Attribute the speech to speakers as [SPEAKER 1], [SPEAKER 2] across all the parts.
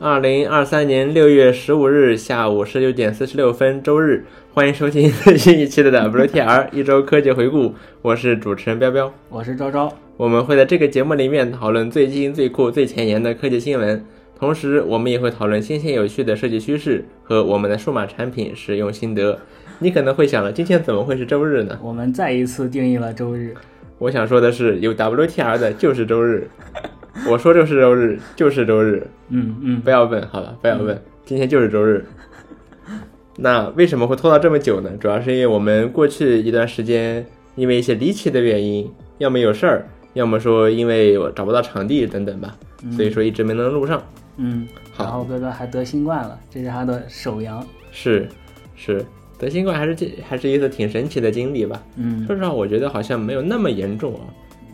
[SPEAKER 1] 二零二三年六月十五日下午十九点四十六分，周日，欢迎收听最新一期的 WTR 一周科技回顾，我是主持人彪彪。
[SPEAKER 2] 我是昭昭，
[SPEAKER 1] 我们会在这个节目里面讨论最新、最酷、最前沿的科技新闻，同时我们也会讨论新鲜有趣的设计趋势和我们的数码产品使用心得。你可能会想了，今天怎么会是周日呢？
[SPEAKER 2] 我们再一次定义了周日。
[SPEAKER 1] 我想说的是，有 WTR 的就是周日，我说就是周日，就是周日，
[SPEAKER 2] 嗯嗯，
[SPEAKER 1] 不要问，好了，不要问，今天就是周日。 那为什么会拖到这么久呢？主要是因为我们过去一段时间，因为一些离奇的原因，要么有事儿，要么说因为我找不到场地等等吧，所以说一直没能录上。
[SPEAKER 2] 嗯，
[SPEAKER 1] 好
[SPEAKER 2] 然后彪彪还得新冠了，这是他的首阳。
[SPEAKER 1] 是，是，得新冠还是这还是一次挺神奇的经历吧。
[SPEAKER 2] 嗯
[SPEAKER 1] 说实话，我觉得好像没有那么严重啊。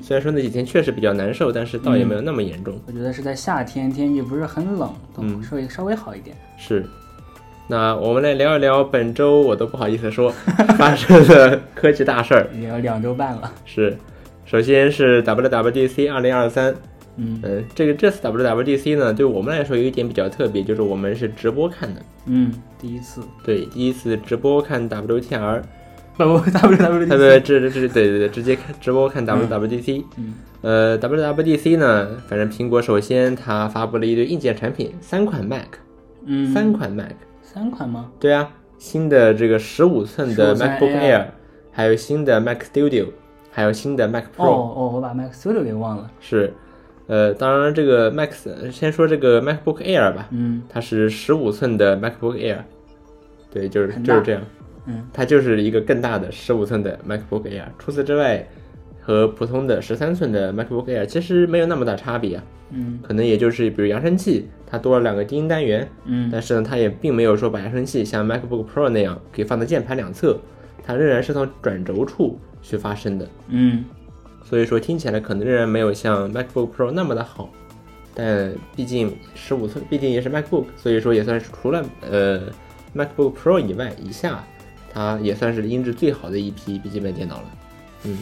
[SPEAKER 1] 虽然说那几天确实比较难受，但是倒也没有
[SPEAKER 2] 嗯
[SPEAKER 1] 那么严重。
[SPEAKER 2] 我觉得是在夏天，天气不是很冷，都
[SPEAKER 1] 嗯
[SPEAKER 2] 稍微稍微好一点。
[SPEAKER 1] 是，那我们来聊一聊本周我都不好意思说 发生的科技大事儿。
[SPEAKER 2] 也要两周半了。
[SPEAKER 1] 是，首先是 WWDC 二零二三，
[SPEAKER 2] 嗯
[SPEAKER 1] 嗯，这个这次 WWDC 呢，对我们来说有一点比较特别，就是我们是直播看的，
[SPEAKER 2] 嗯，第一次
[SPEAKER 1] 对，第一次直播看 WTR，
[SPEAKER 2] W W W
[SPEAKER 1] 他们这这这对对对，直接看直播看 WWDC，、
[SPEAKER 2] 嗯
[SPEAKER 1] 呃，WWDC 呢，反正苹果首先它发布了一堆硬件产品，三款 Mac，、
[SPEAKER 2] 嗯
[SPEAKER 1] 三款 Mac，
[SPEAKER 2] 三款吗？
[SPEAKER 1] 对啊，新的这个十五寸的
[SPEAKER 2] 15寸哎
[SPEAKER 1] MacBook
[SPEAKER 2] Air
[SPEAKER 1] Air，还有新的 Mac Studio，还有新的 Mac
[SPEAKER 2] 哦
[SPEAKER 1] Pro，、
[SPEAKER 2] 哦，我把 Mac Studio 给忘了。
[SPEAKER 1] 是，呃，当然这个 Mac，先说这个 MacBook Air 吧，
[SPEAKER 2] 嗯
[SPEAKER 1] 它是十五寸的 MacBook Air，对，就是
[SPEAKER 2] 很
[SPEAKER 1] 就是
[SPEAKER 2] 大
[SPEAKER 1] 这样，
[SPEAKER 2] 嗯
[SPEAKER 1] 它就是一个更大的十五寸的 MacBook Air。除此之外，和普通的十三寸的 MacBook Air 其实没有那么大差别啊，
[SPEAKER 2] 嗯
[SPEAKER 1] 可能也就是比如扬声器它多了两个低音单元，
[SPEAKER 2] 嗯
[SPEAKER 1] 但是呢，它也并没有说把扬声器像 MacBook Pro 那样可以放在键盘两侧，它仍然是从转轴处去发声的，
[SPEAKER 2] 嗯
[SPEAKER 1] 所以说听起来可能仍然没有像 MacBook Pro 那么的好，但毕竟十五寸，毕竟也是 MacBook，所以说也算是除了呃 MacBook Pro 以外以下，它也算是音质最好的一批笔记本电脑了。嗯，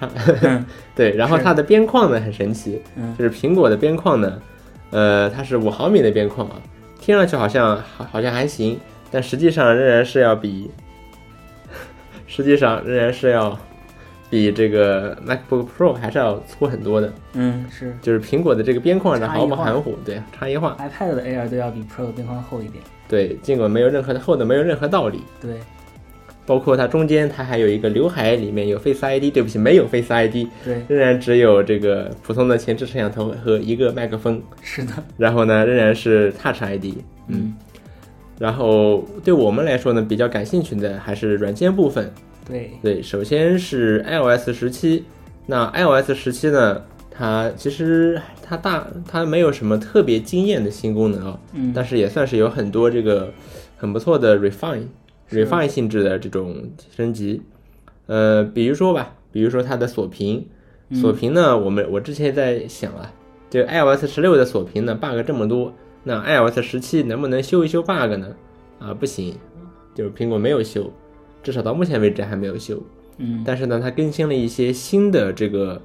[SPEAKER 1] 上 对，然后它的边框呢很神奇，
[SPEAKER 2] 嗯
[SPEAKER 1] 就是苹果的边框呢，呃，它是五毫米的边框啊，听上去好像好好像还行，但实际上仍然是要比， 实际上仍然是要比这个 MacBook Pro 还是要粗很多的。
[SPEAKER 2] 嗯，是
[SPEAKER 1] 就是苹果的这个边框呢
[SPEAKER 2] 差异
[SPEAKER 1] 毫不
[SPEAKER 2] 化
[SPEAKER 1] 含糊，对，差异化，
[SPEAKER 2] iPad 的 Air 都要比 Pro 的边框厚一点。
[SPEAKER 1] 对，尽管没有任何的厚的没有任何道理。
[SPEAKER 2] 对，
[SPEAKER 1] 包括它中间它还有一个刘海，里面有 Face ID，对不起，没有 Face ID，
[SPEAKER 2] 对，
[SPEAKER 1] 仍然只有这个普通的前置摄像头和一个麦克风。
[SPEAKER 2] 是的，
[SPEAKER 1] 然后呢，仍然是 Touch ID。
[SPEAKER 2] 嗯，
[SPEAKER 1] 然后对我们来说呢，比较感兴趣的还是软件部分。
[SPEAKER 2] 对，
[SPEAKER 1] 对，首先是 iOS 十七。那 iOS 十七呢，它其实它大它没有什么特别惊艳的新功能啊、
[SPEAKER 2] 嗯
[SPEAKER 1] 但是也算是有很多这个很不错的 refine
[SPEAKER 2] 是
[SPEAKER 1] refine 性质的这种升级。呃，比如说吧，比如说它的锁屏，
[SPEAKER 2] 嗯
[SPEAKER 1] 锁屏呢，我们我之前也在想啊，这个 iOS 十六的锁屏呢 bug 这么多，那 iOS 十七能不能修一修 bug 呢？啊，不行，就是苹果没有修，至少到目前为止还没有修。
[SPEAKER 2] 嗯
[SPEAKER 1] 但是呢，它更新了一些新的这个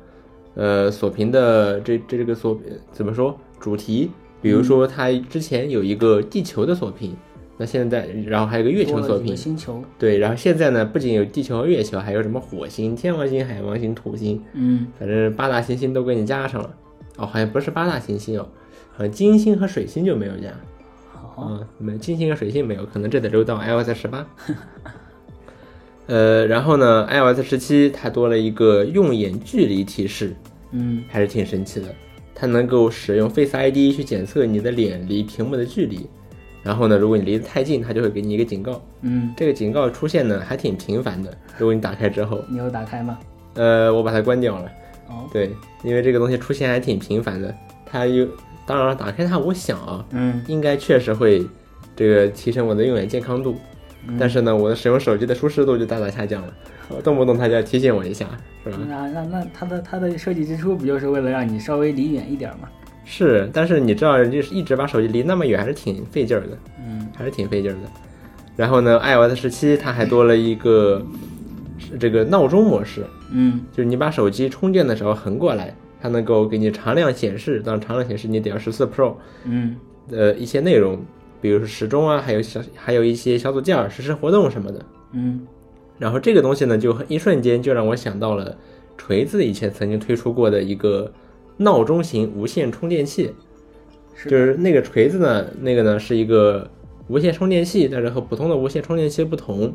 [SPEAKER 1] 呃锁屏的这这这个锁怎么说主题？比如
[SPEAKER 2] 嗯
[SPEAKER 1] 说它之前有一个地球的锁屏，那现在然后还有一个月球
[SPEAKER 2] 多了
[SPEAKER 1] 锁
[SPEAKER 2] 几
[SPEAKER 1] 屏
[SPEAKER 2] 个，星球，
[SPEAKER 1] 对，然后现在呢不仅有地球和月球，还有什么火星、天王星、海王星、土星，
[SPEAKER 2] 嗯
[SPEAKER 1] 反正八大行星都给你加上了。哦，好像不是八大行星哦，好像金星和水星就没有加。
[SPEAKER 2] 好，
[SPEAKER 1] 啊，没金星和水星没有，可能这得留到 iOS 十八。呃，然后呢，iOS 十七它多了一个用眼距离提示，
[SPEAKER 2] 嗯
[SPEAKER 1] 还是挺神奇的。它能够使用 Face ID 去检测你的脸离屏幕的距离，然后呢，如果你离得太近，它就会给你一个警告。
[SPEAKER 2] 嗯，
[SPEAKER 1] 这个警告出现呢还挺频繁的，如果你打开之后，
[SPEAKER 2] 你有打开吗？
[SPEAKER 1] 呃，我把它关掉了。
[SPEAKER 2] 哦，
[SPEAKER 1] 对，因为这个东西出现还挺频繁的，它有，当然了，打开它，我想啊，
[SPEAKER 2] 嗯
[SPEAKER 1] 应该确实会这个提升我的用眼健康度，但是呢，我的使用手机的舒适度就大大下降了，我动不动它就要提醒我一下，是吧？
[SPEAKER 2] 那那那它的它的设计之初不就是为了让你稍微离远一点吗？
[SPEAKER 1] 是，但是你知道，就是一直把手机离那么远，还是挺费劲儿的，
[SPEAKER 2] 嗯
[SPEAKER 1] 还是挺费劲儿的。然后呢，iOS 十七它还多了一个是这个闹钟模式，
[SPEAKER 2] 嗯
[SPEAKER 1] 就是你把手机充电的时候横过来，它能够给你常亮显示，当然常亮显示你得要十四 Pro
[SPEAKER 2] 嗯
[SPEAKER 1] 的一些内容，比如说时钟啊，还有小还有一些小组件儿、实时活动什么的。
[SPEAKER 2] 嗯
[SPEAKER 1] 然后这个东西呢，就很一瞬间就让我想到了锤子以前曾经推出过的一个闹钟型无线充电器，
[SPEAKER 2] 是
[SPEAKER 1] 就是那个锤子呢，那个呢是一个无线充电器，但是和普通的无线充电器不同，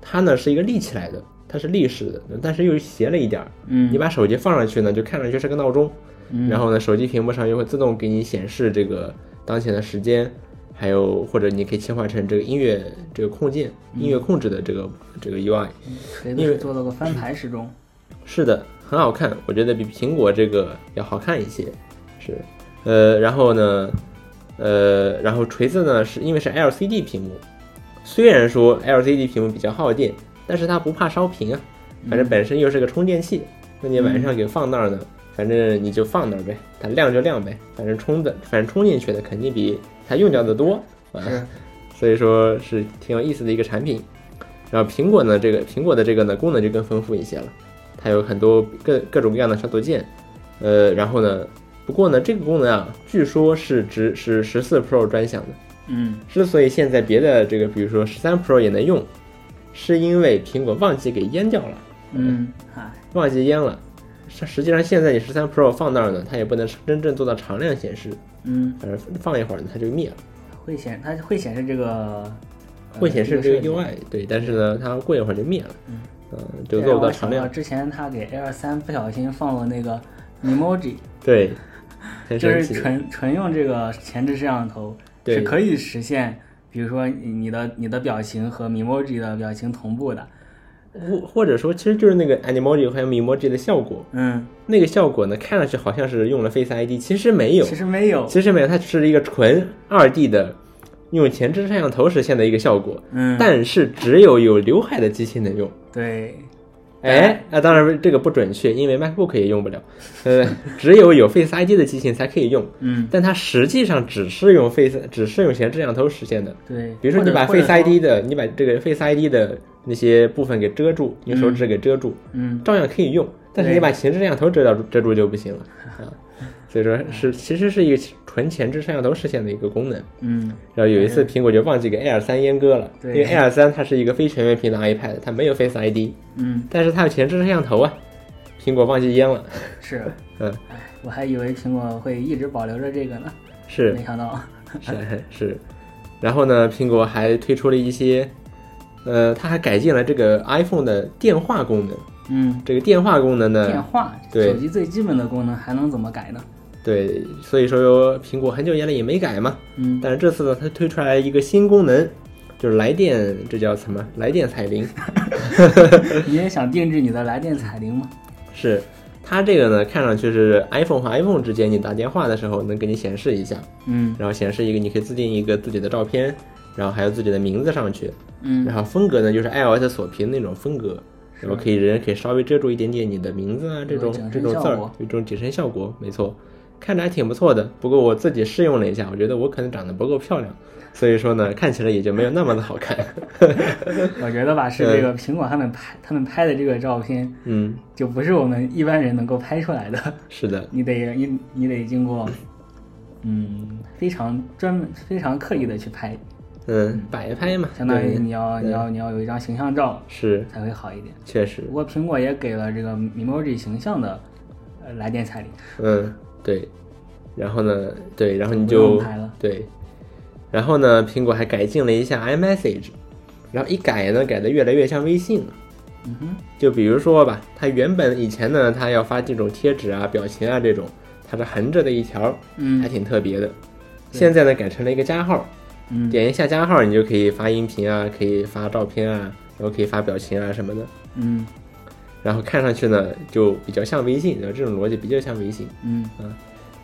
[SPEAKER 1] 它呢是一个立起来的，它是立式的，但是又斜了一点儿。
[SPEAKER 2] 嗯
[SPEAKER 1] 你把手机放上去呢，就看上去是个闹钟，
[SPEAKER 2] 嗯
[SPEAKER 1] 然后呢，手机屏幕上又会自动给你显示这个当前的时间，还有或者你可以切换成这个音乐这个控件、音乐控制的这个这个 UI。
[SPEAKER 2] 锤子是做了个翻牌时钟，
[SPEAKER 1] 是的，很好看，我觉得比苹果这个要好看一些。是，呃，然后呢，呃，然后锤子呢，是因为是 LCD 屏幕，虽然说 LCD 屏幕比较耗电，但是它不怕烧屏啊，反正本身又是个充电器，那你晚上给放那儿呢，反正你就放那儿呗，它亮就亮呗，反正充的，反正充进去的肯定比它用掉的多 啊。
[SPEAKER 2] 是
[SPEAKER 1] 所以说是挺有意思的一个产品。然后苹果呢，这个苹果的这个呢功能就更丰富一些了，它有很多各各种各样的小组件，呃，然后呢，不过呢这个功能啊，据说是只是十四 Pro 专享的，
[SPEAKER 2] 嗯
[SPEAKER 1] 之所以现在别的这个比如说十三 Pro 也能用，是因为苹果忘记给阉掉了，
[SPEAKER 2] 嗯啊
[SPEAKER 1] 忘记阉了。实实际上现在你十三 Pro 放那儿呢，它也不能真正做到常亮显示，
[SPEAKER 2] 嗯，
[SPEAKER 1] 反正放一会儿呢它就灭了。
[SPEAKER 2] 会显它会显示这个，呃
[SPEAKER 1] 会显示这
[SPEAKER 2] 这
[SPEAKER 1] 个
[SPEAKER 2] 设计
[SPEAKER 1] UI，对，但是呢，它过一会儿就灭了，
[SPEAKER 2] 嗯
[SPEAKER 1] 嗯，就
[SPEAKER 2] 这
[SPEAKER 1] 做
[SPEAKER 2] 让
[SPEAKER 1] 不到
[SPEAKER 2] 我
[SPEAKER 1] 常
[SPEAKER 2] 想到
[SPEAKER 1] 亮，
[SPEAKER 2] 之前他给 Air 三不小心放了那个 emoji，
[SPEAKER 1] 对，很
[SPEAKER 2] 就
[SPEAKER 1] 神奇，
[SPEAKER 2] 是纯纯用这个前置摄像头
[SPEAKER 1] 对
[SPEAKER 2] 是可以实现，比如说你你的你的表情和 emoji 的表情同步的。
[SPEAKER 1] 或或者说，其实就是那个 Animoji 和 Memoji 的效果，
[SPEAKER 2] 嗯，
[SPEAKER 1] 那个效果呢，看上去好像是用了 Face ID，其实没有
[SPEAKER 2] 其，实没有。
[SPEAKER 1] 其实没有，它只是一个纯二 D 的用前置摄像头实现的一个效果，
[SPEAKER 2] 嗯，
[SPEAKER 1] 但是只有有刘海的机器能用。
[SPEAKER 2] 对，
[SPEAKER 1] 哎，那、当然这个不准确，因为 MacBook 也用不了，呃，只有有 Face ID 的机型才可以用，
[SPEAKER 2] 嗯，
[SPEAKER 1] 但它实际上只是用 Face，只是用前置摄像头实现的。
[SPEAKER 2] 对。
[SPEAKER 1] 比如说你把
[SPEAKER 2] 或者
[SPEAKER 1] Face。
[SPEAKER 2] 或者
[SPEAKER 1] ID 的，你把这个 Face ID 的那些部分给遮住，用手指给遮住，
[SPEAKER 2] 嗯，
[SPEAKER 1] 照样可以用。但是
[SPEAKER 2] 对
[SPEAKER 1] 你把前置摄像头遮到遮住就不行了 啊。所以说是其实是一个纯前置摄像头实现的一个功能。
[SPEAKER 2] 嗯，
[SPEAKER 1] 然后有一次苹果就忘记给 Air 三阉割了，因
[SPEAKER 2] 对
[SPEAKER 1] 为 Air 三它是一个非全面屏的 iPad，它没有 Face ID，
[SPEAKER 2] 嗯，
[SPEAKER 1] 但是它有前置摄像头啊，苹果忘记阉了。
[SPEAKER 2] 是，
[SPEAKER 1] 嗯，
[SPEAKER 2] 哎，我还以为苹果会一直保留着这个呢，
[SPEAKER 1] 是
[SPEAKER 2] 没想到，
[SPEAKER 1] 是 是，然后呢，苹果还推出了一些，呃，它还改进了这个 iPhone 的电话功能。
[SPEAKER 2] 嗯，
[SPEAKER 1] 这个电话功能
[SPEAKER 2] 电
[SPEAKER 1] 呢，
[SPEAKER 2] 话，
[SPEAKER 1] 对
[SPEAKER 2] 手机最基本的功能还能怎么改呢？
[SPEAKER 1] 对，所以说苹果很久以来也没改嘛。
[SPEAKER 2] 嗯，
[SPEAKER 1] 但是这次呢，它推出来一个新功能，就是来电，这叫什么？来电彩铃。
[SPEAKER 2] 你也想定制你的来电彩铃吗？
[SPEAKER 1] 是它这个呢，看上去是 iPhone 和 iPhone 之间你打电话的时候能给你显示一下，
[SPEAKER 2] 嗯
[SPEAKER 1] 然后显示一个你可以自定义一个自己的照片，然后还有自己的名字上去。
[SPEAKER 2] 嗯
[SPEAKER 1] 然后风格呢，就是 iOS 锁屏那种风格，然后可以人可以稍微遮住一点点你的名字啊，这种
[SPEAKER 2] 有景深
[SPEAKER 1] 这种字
[SPEAKER 2] 效
[SPEAKER 1] 儿，
[SPEAKER 2] 果
[SPEAKER 1] 有一种景深效果，没错，看着还挺不错的。不过我自己试用了一下，我觉得我可能长得不够漂亮，所以说呢，看起来也就没有那么的好看。
[SPEAKER 2] 我觉得吧，是这个苹果他们拍他们拍的这个照片，
[SPEAKER 1] 嗯，
[SPEAKER 2] 就不是我们一般人能够拍出来的，
[SPEAKER 1] 是的，
[SPEAKER 2] 你得你你得经过，嗯，非常专门非常刻意的去拍，
[SPEAKER 1] 嗯，摆拍嘛，
[SPEAKER 2] 相当于
[SPEAKER 1] 对
[SPEAKER 2] 你要你要你要有一张形象照
[SPEAKER 1] 是
[SPEAKER 2] 才会好一点。
[SPEAKER 1] 确实
[SPEAKER 2] 不，过苹果也给了这个 emoji 形象的呃来电彩铃，
[SPEAKER 1] 嗯，对。然后呢，对，然后你
[SPEAKER 2] 不
[SPEAKER 1] 就
[SPEAKER 2] 用拍了
[SPEAKER 1] 对，然后呢，苹果还改进了一下 iMessage，然后一改呢，改的越来越像微信了。
[SPEAKER 2] 嗯哼，
[SPEAKER 1] 就比如说吧，它原本以前呢，它要发这种贴纸啊、表情啊这种，它是横着的一条，还
[SPEAKER 2] 嗯
[SPEAKER 1] 挺特别的。现在呢，改成了一个加号，
[SPEAKER 2] 嗯
[SPEAKER 1] 点一下加号，你就可以发音频啊，可以发照片啊，然后可以发表情啊什么的。
[SPEAKER 2] 嗯
[SPEAKER 1] 然后看上去呢，就比较像微信，然后这种逻辑比较像微信。
[SPEAKER 2] 嗯，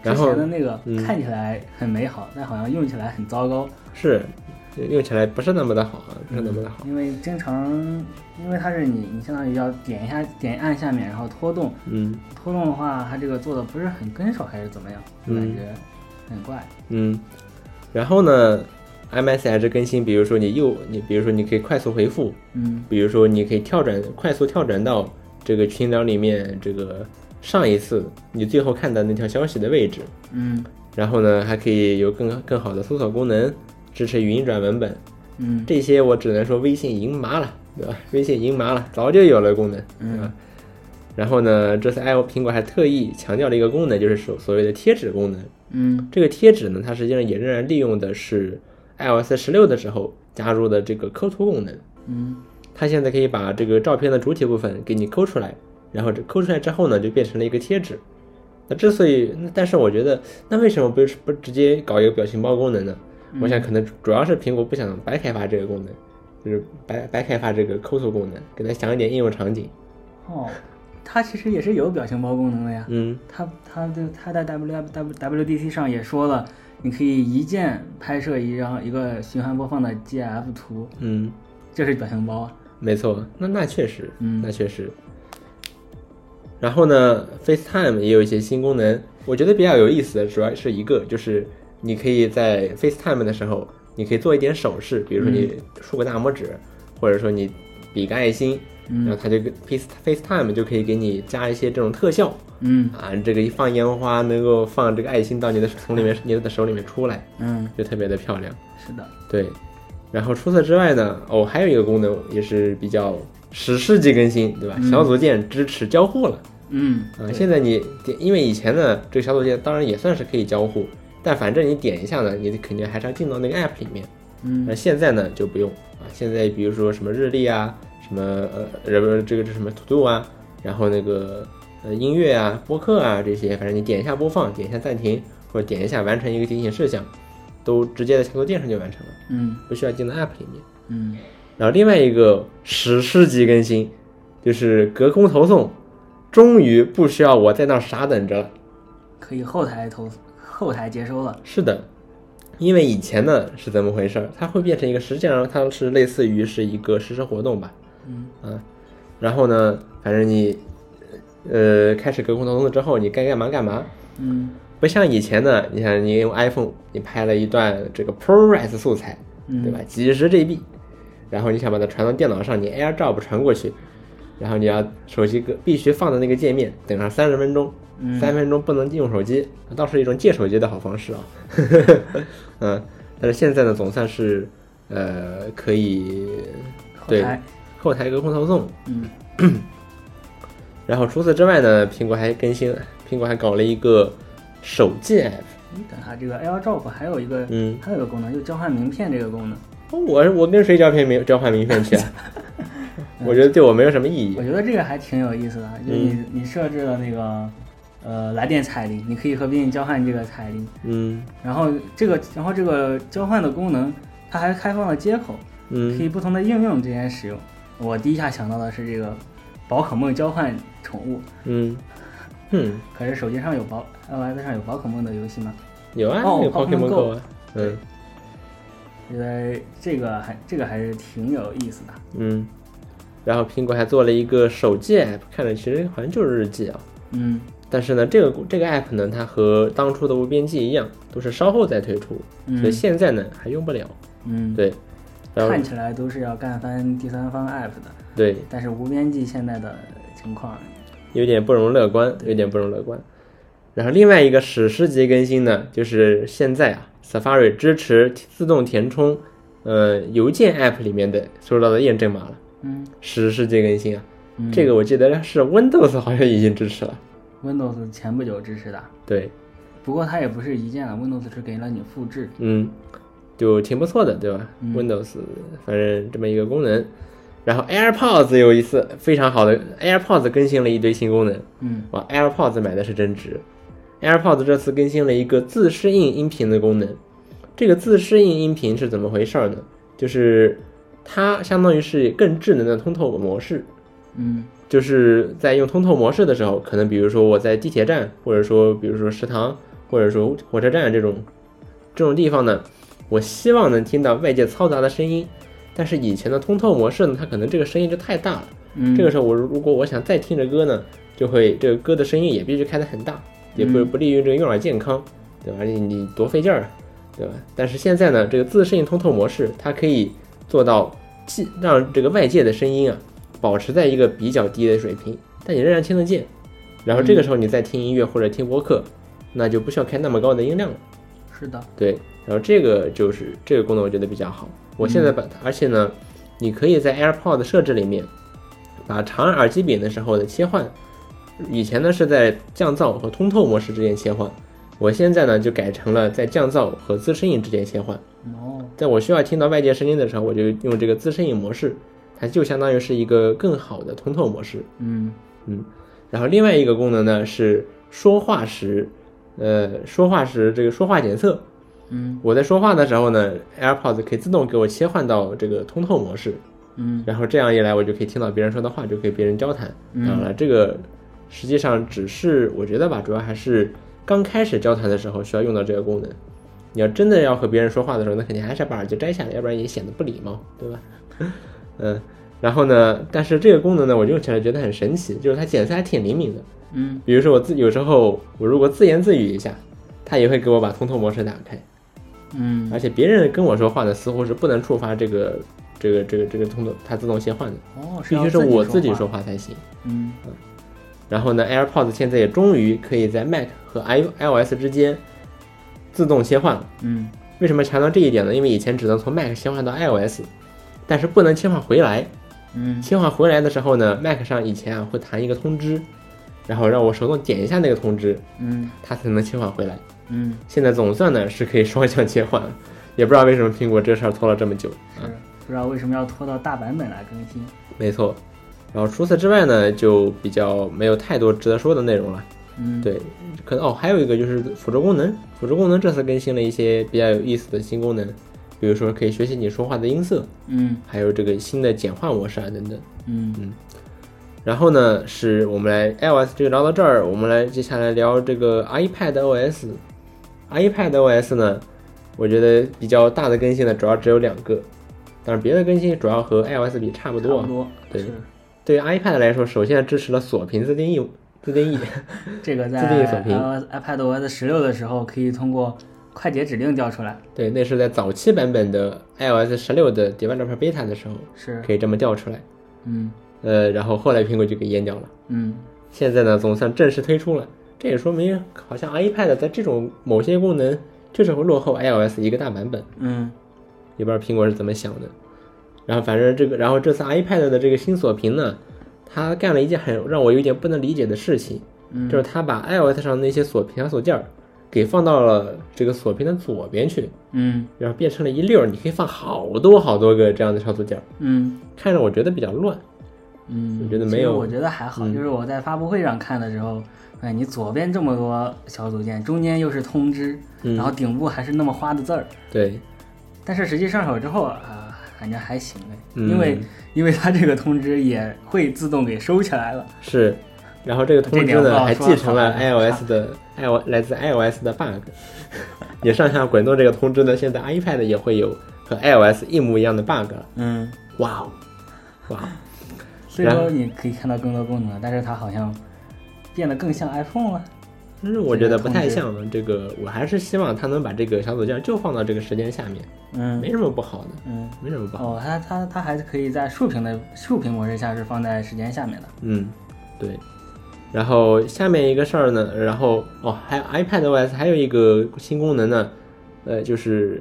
[SPEAKER 2] 之
[SPEAKER 1] 然后
[SPEAKER 2] 前的那个
[SPEAKER 1] 嗯
[SPEAKER 2] 看起来很美好，但好像用起来很糟糕，
[SPEAKER 1] 是用起来不是那么的好啊，不是那么的好。
[SPEAKER 2] 因为经常因为它是你你相当于要点一下点按下面，然后拖动，
[SPEAKER 1] 嗯
[SPEAKER 2] 拖动的话它这个做的不是很跟手还是怎么样，就感觉很怪，
[SPEAKER 1] 嗯，然后呢，MSH 更新，比如说你右，你比如说你可以快速回复，
[SPEAKER 2] 嗯
[SPEAKER 1] 比如说你可以跳转，快速跳转到这个群聊里面这个上一次你最后看的那条消息的位置，
[SPEAKER 2] 嗯
[SPEAKER 1] 然后呢，还可以有更更好的搜索功能，支持语音转文本。
[SPEAKER 2] 嗯
[SPEAKER 1] 这些我只能说微信赢麻了， 对吧？微信赢麻了，早就有了功能，对吧？然后呢，这次 i o 苹果还特意强调了一个功能，就是所所谓的贴纸功能。
[SPEAKER 2] 嗯
[SPEAKER 1] 这个贴纸呢，它实际上也仍然利用的是 iOS 十六的时候加入的这个抠图功能。
[SPEAKER 2] 嗯
[SPEAKER 1] 它现在可以把这个照片的主体部分给你抠出来，然后这抠出来之后呢，就变成了一个贴纸。那之所以，那但是我觉得，那为什么不是不直接搞一个表情包功能呢？我想可能主要是苹果不想白开发这个功能，就是白白开发这个抠图功能，给它想一点应用场景。
[SPEAKER 2] 哦，它其实也是有表情包功能的呀。
[SPEAKER 1] 嗯
[SPEAKER 2] 它它的它在 W W W D C 上也说了，你可以一键拍摄一张一个循环播放的 G F 图，
[SPEAKER 1] 嗯，
[SPEAKER 2] 这是表情包啊。
[SPEAKER 1] 没错，那那确实，
[SPEAKER 2] 嗯
[SPEAKER 1] 那确实。然后呢，FaceTime 也有一些新功能，我觉得比较有意思的主要是一个，就是你可以在 FaceTime 的时候，你可以做一点手势，比如说你
[SPEAKER 2] 嗯
[SPEAKER 1] 竖个大拇指，或者说你比个爱心，
[SPEAKER 2] 嗯
[SPEAKER 1] 然后它就跟 Face FaceTime 就可以给你加一些这种特效
[SPEAKER 2] 嗯
[SPEAKER 1] 啊，这个一放烟花能够放这个爱心到你的从里面你的手里面出来，
[SPEAKER 2] 嗯，
[SPEAKER 1] 就特别的漂亮。
[SPEAKER 2] 是的，
[SPEAKER 1] 对，然后除此之外呢，哦，还有一个功能也是比较史诗级更新，对吧？小组件支持交互了
[SPEAKER 2] 嗯
[SPEAKER 1] 啊、现在你点，因为以前呢，这个小组件当然也算是可以交互，但反正你点一下呢，你肯定还是要进到那个 app 里面。
[SPEAKER 2] 嗯
[SPEAKER 1] 那现在呢就不用啊，现在比如说什么日历啊，什么呃，呃不是这个这什么 to do 啊，然后那个呃音乐啊、播客啊这些，反正你点一下播放，点一下暂停，或者点一下完成一个提醒事项，都直接在小组件上就完成了。
[SPEAKER 2] 嗯
[SPEAKER 1] 不需要进到 App 里面。
[SPEAKER 2] 嗯
[SPEAKER 1] 然后另外一个史诗级更新，就是隔空投送，终于不需要我在那儿傻等着了。
[SPEAKER 2] 可以后台投后台接收了。
[SPEAKER 1] 是的，因为以前呢是怎么回事儿？它会变成一个，实际上它是类似于是一个实时活动吧，
[SPEAKER 2] 嗯
[SPEAKER 1] 啊，然后呢，反正你呃开始隔空投送之后，你该干嘛干嘛。
[SPEAKER 2] 嗯
[SPEAKER 1] 不像以前呢，你想你用 iPhone，你拍了一段这个 ProRes 素材，
[SPEAKER 2] 嗯
[SPEAKER 1] 对吧？几十 GB，然后你想把它传到电脑上，你 AirDrop 传过去，然后你要手机个必须放在那个界面，等上三十分钟，
[SPEAKER 2] 嗯
[SPEAKER 1] 三、分钟不能用手机，倒是一种借手机的好方式啊。 嗯，但是现在呢，总算是呃可以
[SPEAKER 2] 后
[SPEAKER 1] 对
[SPEAKER 2] 台
[SPEAKER 1] 后台隔空投送，
[SPEAKER 2] 嗯
[SPEAKER 1] 然后除此之外呢，苹果还更新，苹果还搞了一个手机 app。
[SPEAKER 2] 你等下这个 AirDrop 还有一个
[SPEAKER 1] 嗯
[SPEAKER 2] 还有一个功能，就交换名片这个功能，
[SPEAKER 1] 我我跟谁交片名交换名片去 啊？我觉得对我没有什么意义
[SPEAKER 2] 我。觉得这个还挺有意思的。就你、
[SPEAKER 1] 嗯
[SPEAKER 2] 你设置了那个呃来电彩铃，你可以和别人交换这个彩铃，
[SPEAKER 1] 嗯
[SPEAKER 2] 然后这个然后这个交换的功能，它还开放了接口，可
[SPEAKER 1] 嗯，
[SPEAKER 2] 以不同的应用之间使用。我第一下想到的是这个宝可梦交换宠物，
[SPEAKER 1] 嗯嗯，
[SPEAKER 2] 可是手机上有宝 iOS 上有宝可梦的游戏吗？
[SPEAKER 1] 有啊，
[SPEAKER 2] 哦
[SPEAKER 1] 有
[SPEAKER 2] Pokemon
[SPEAKER 1] Pokemon
[SPEAKER 2] Go
[SPEAKER 1] Go 啊。嗯
[SPEAKER 2] 觉得这个还这个还是挺有意思的。
[SPEAKER 1] 嗯，然后苹果还做了一个手机 app，看着其实好像就是日记啊。
[SPEAKER 2] 嗯
[SPEAKER 1] 但是呢，这个这个 app 呢，它和当初的无边际一样，都是稍后再推出，所以
[SPEAKER 2] 嗯
[SPEAKER 1] 现在呢还用不了。
[SPEAKER 2] 嗯，
[SPEAKER 1] 对，然
[SPEAKER 2] 看
[SPEAKER 1] 后
[SPEAKER 2] 起来都是要干翻第三方 app 的，
[SPEAKER 1] 对，
[SPEAKER 2] 但是无边际现在的情况，
[SPEAKER 1] 有点不容乐观，有点不容乐观。然后另外一个史诗级更新呢，就是现在啊，Safari 支持自动填充，呃，邮件 App 里面的收到的验证码了。
[SPEAKER 2] 嗯
[SPEAKER 1] 史诗级更新啊，
[SPEAKER 2] 嗯
[SPEAKER 1] 这个我记得是 Windows 好像已经支持了。
[SPEAKER 2] ，Windows 前不久支持的，
[SPEAKER 1] 对，
[SPEAKER 2] 不过它也不是一键了，Windows 是给了你复制。
[SPEAKER 1] 嗯，就挺不错的，对吧、
[SPEAKER 2] 嗯
[SPEAKER 1] w i n d o w s 反正这么一个功能。然后 AirPods 有一次非常好的 AirPods 更新了一堆新功能，
[SPEAKER 2] 嗯
[SPEAKER 1] 哇，AirPods 买的是真值。AirPods 这次更新了一个自适应音频的功能。这个自适应音频是怎么回事儿呢？就是它相当于是更智能的通透模式。
[SPEAKER 2] 嗯
[SPEAKER 1] 就是在用通透模式的时候，可能比如说我在地铁站，或者说比如说食堂，或者说火车站这种这种地方呢，我希望能听到外界嘈杂的声音。但是以前的通透模式呢，它可能这个声音就太大了。
[SPEAKER 2] 嗯，
[SPEAKER 1] 这个时候我如果我想再听着歌呢，就会这个歌的声音也必须开得很大，也不
[SPEAKER 2] 嗯
[SPEAKER 1] 不利于这个用耳健康，对吧？你你多费劲儿啊，对吧？但是现在呢，这个自适应通透模式，它可以做到既让这个外界的声音啊保持在一个比较低的水平，但你仍然听得见。然后
[SPEAKER 2] 嗯
[SPEAKER 1] 这个时候你再听音乐或者听播客，那就不需要开那么高的音量了。
[SPEAKER 2] 是的，
[SPEAKER 1] 对，然后这个就是这个功能我觉得比较好。我现在把它，而且呢，你可以在 AirPod 设置里面把长按耳机柄的时候的切换，以前呢是在降噪和通透模式之间切换，我现在呢就改成了在降噪和自适应之间切换。
[SPEAKER 2] 哦，
[SPEAKER 1] 在我需要听到外界声音的时候，我就用这个自适应模式，它就相当于是一个更好的通透模式。
[SPEAKER 2] 嗯，
[SPEAKER 1] 然后另外一个功能呢是说话时，呃，说话时这个说话检测。
[SPEAKER 2] 嗯，
[SPEAKER 1] 我在说话的时候呢，AirPods 可以自动给我切换到这个通透模式，
[SPEAKER 2] 嗯，
[SPEAKER 1] 然后这样一来，我就可以听到别人说的话，就跟别人交谈。
[SPEAKER 2] 嗯
[SPEAKER 1] 当然了，这个实际上只是我觉得吧，主要还是刚开始交谈的时候需要用到这个功能。你要真的要和别人说话的时候，那肯定还是要把耳机摘下来，要不然也显得不礼貌，对吧？ 嗯，然后呢，但是这个功能呢，我用起来觉得很神奇，就是它检测还挺灵敏的。
[SPEAKER 2] 嗯，
[SPEAKER 1] 比如说我自有时候我如果自言自语一下，它也会给我把通透模式打开。
[SPEAKER 2] 嗯，
[SPEAKER 1] 而且别人跟我说话呢，似乎是不能触发这个这个这个这个通透，它自动切换的，
[SPEAKER 2] 哦，
[SPEAKER 1] 必须是
[SPEAKER 2] 是要
[SPEAKER 1] 我自己
[SPEAKER 2] 己
[SPEAKER 1] 说
[SPEAKER 2] 说话，
[SPEAKER 1] 话才行。
[SPEAKER 2] 嗯，
[SPEAKER 1] 然后呢，AirPods 现在也终于可以在 Mac 和 i iOS 之间自动切换了。
[SPEAKER 2] 嗯，
[SPEAKER 1] 为什么强调这一点呢？因为以前只能从 Mac 切换到 iOS，但是不能切换回来。
[SPEAKER 2] 嗯，
[SPEAKER 1] 切换回来的时候呢，Mac 上以前啊会弹一个通知，然后让我手动点一下那个通知，
[SPEAKER 2] 嗯，
[SPEAKER 1] 它才能切换回来。
[SPEAKER 2] 嗯，
[SPEAKER 1] 现在总算呢是可以双向切换了，也不知道为什么苹果这事儿拖了这么久。
[SPEAKER 2] 是，不知道为什么要拖到大版本来更新，
[SPEAKER 1] 没错。然后除此之外呢，就比较没有太多值得说的内容了。
[SPEAKER 2] 嗯，，
[SPEAKER 1] 对，可能哦，还有一个就是辅助功能，辅助功能这次更新了一些比较有意思的新功能，比如说可以学习你说话的音色，
[SPEAKER 2] 嗯，
[SPEAKER 1] 还有这个新的简化模式啊等等。
[SPEAKER 2] 嗯，
[SPEAKER 1] 然后呢，是我们来 iOS 这个聊到这儿，我们来接下来聊这个 iPad OS。iPad OS 呢，我觉得比较大的更新呢，主要只有两个，但是别的更新主要和 iOS 比差不
[SPEAKER 2] 差
[SPEAKER 1] 多啊。
[SPEAKER 2] 不多，
[SPEAKER 1] 对
[SPEAKER 2] 是
[SPEAKER 1] 对于 iPad 来说，首先支持了锁屏自定义自定义，
[SPEAKER 2] 这个在
[SPEAKER 1] 自定义锁屏
[SPEAKER 2] iOS iPad OS 十六的时候，可以通过快捷指令调出来，
[SPEAKER 1] 对，那是在早期版本的 iOS 十六的 Developer Beta 的时候
[SPEAKER 2] 是，
[SPEAKER 1] 可以这么调出来，
[SPEAKER 2] 嗯，
[SPEAKER 1] 呃，然后后来苹果就给阉掉了。
[SPEAKER 2] 嗯，
[SPEAKER 1] 现在呢，总算正式推出了，这也说明好像 iPad 在这种某些功能确实会落后 iOS 一个大版本，
[SPEAKER 2] 嗯，
[SPEAKER 1] 也不知道苹果是怎么想的。然后反正这个，然后这次 iPad 的这个新锁屏呢，它干了一件很让我有点不能理解的事情，
[SPEAKER 2] 嗯，
[SPEAKER 1] 就是它把 iOS 上那些锁屏啊和锁件儿给放到了这个锁屏的左边去，
[SPEAKER 2] 嗯，
[SPEAKER 1] 然后变成了一溜儿，你可以放好多好多个这样的小锁件儿，
[SPEAKER 2] 嗯，
[SPEAKER 1] 看着我觉得比较乱。
[SPEAKER 2] 嗯，
[SPEAKER 1] 我觉得
[SPEAKER 2] 其
[SPEAKER 1] 没
[SPEAKER 2] 实
[SPEAKER 1] 有嗯
[SPEAKER 2] 我觉得还好，就是我在发布会上看的时候，哎，你左边这么多小组件，中间又是通知，
[SPEAKER 1] 嗯
[SPEAKER 2] 然后顶部还是那么花的字儿，
[SPEAKER 1] 对，
[SPEAKER 2] 但是实际上手之后啊，感觉还行哎，
[SPEAKER 1] 嗯
[SPEAKER 2] 因为因为它这个通知也会自动给收起来了，
[SPEAKER 1] 是。然后这个通知
[SPEAKER 2] 这点我
[SPEAKER 1] 呢，
[SPEAKER 2] 忘
[SPEAKER 1] 还
[SPEAKER 2] 了
[SPEAKER 1] 继承了
[SPEAKER 2] 说了
[SPEAKER 1] iOS 的 i o 来自 iOS 的 bug，也上下滚动这个通知呢，现在 iPad 也会有和 iOS 一模一样的 bug 了。
[SPEAKER 2] 嗯，
[SPEAKER 1] 哇哦，哇哦，
[SPEAKER 2] 所以说你可以看到更多功能，但是它好像变得更像 iPhone 了，
[SPEAKER 1] 但是我觉得不太像了这个，我还是希望它能把这个小组件就放到这个时间下面，
[SPEAKER 2] 嗯
[SPEAKER 1] 没什么不好的，
[SPEAKER 2] 嗯。
[SPEAKER 1] 没什么不好。
[SPEAKER 2] 哦，它它它还是可以在竖屏的竖屏模式下是放在时间下面的，
[SPEAKER 1] 嗯，对。然后下面一个事儿呢，然后哦，还有 iPad OS 还有一个新功能呢，呃，就是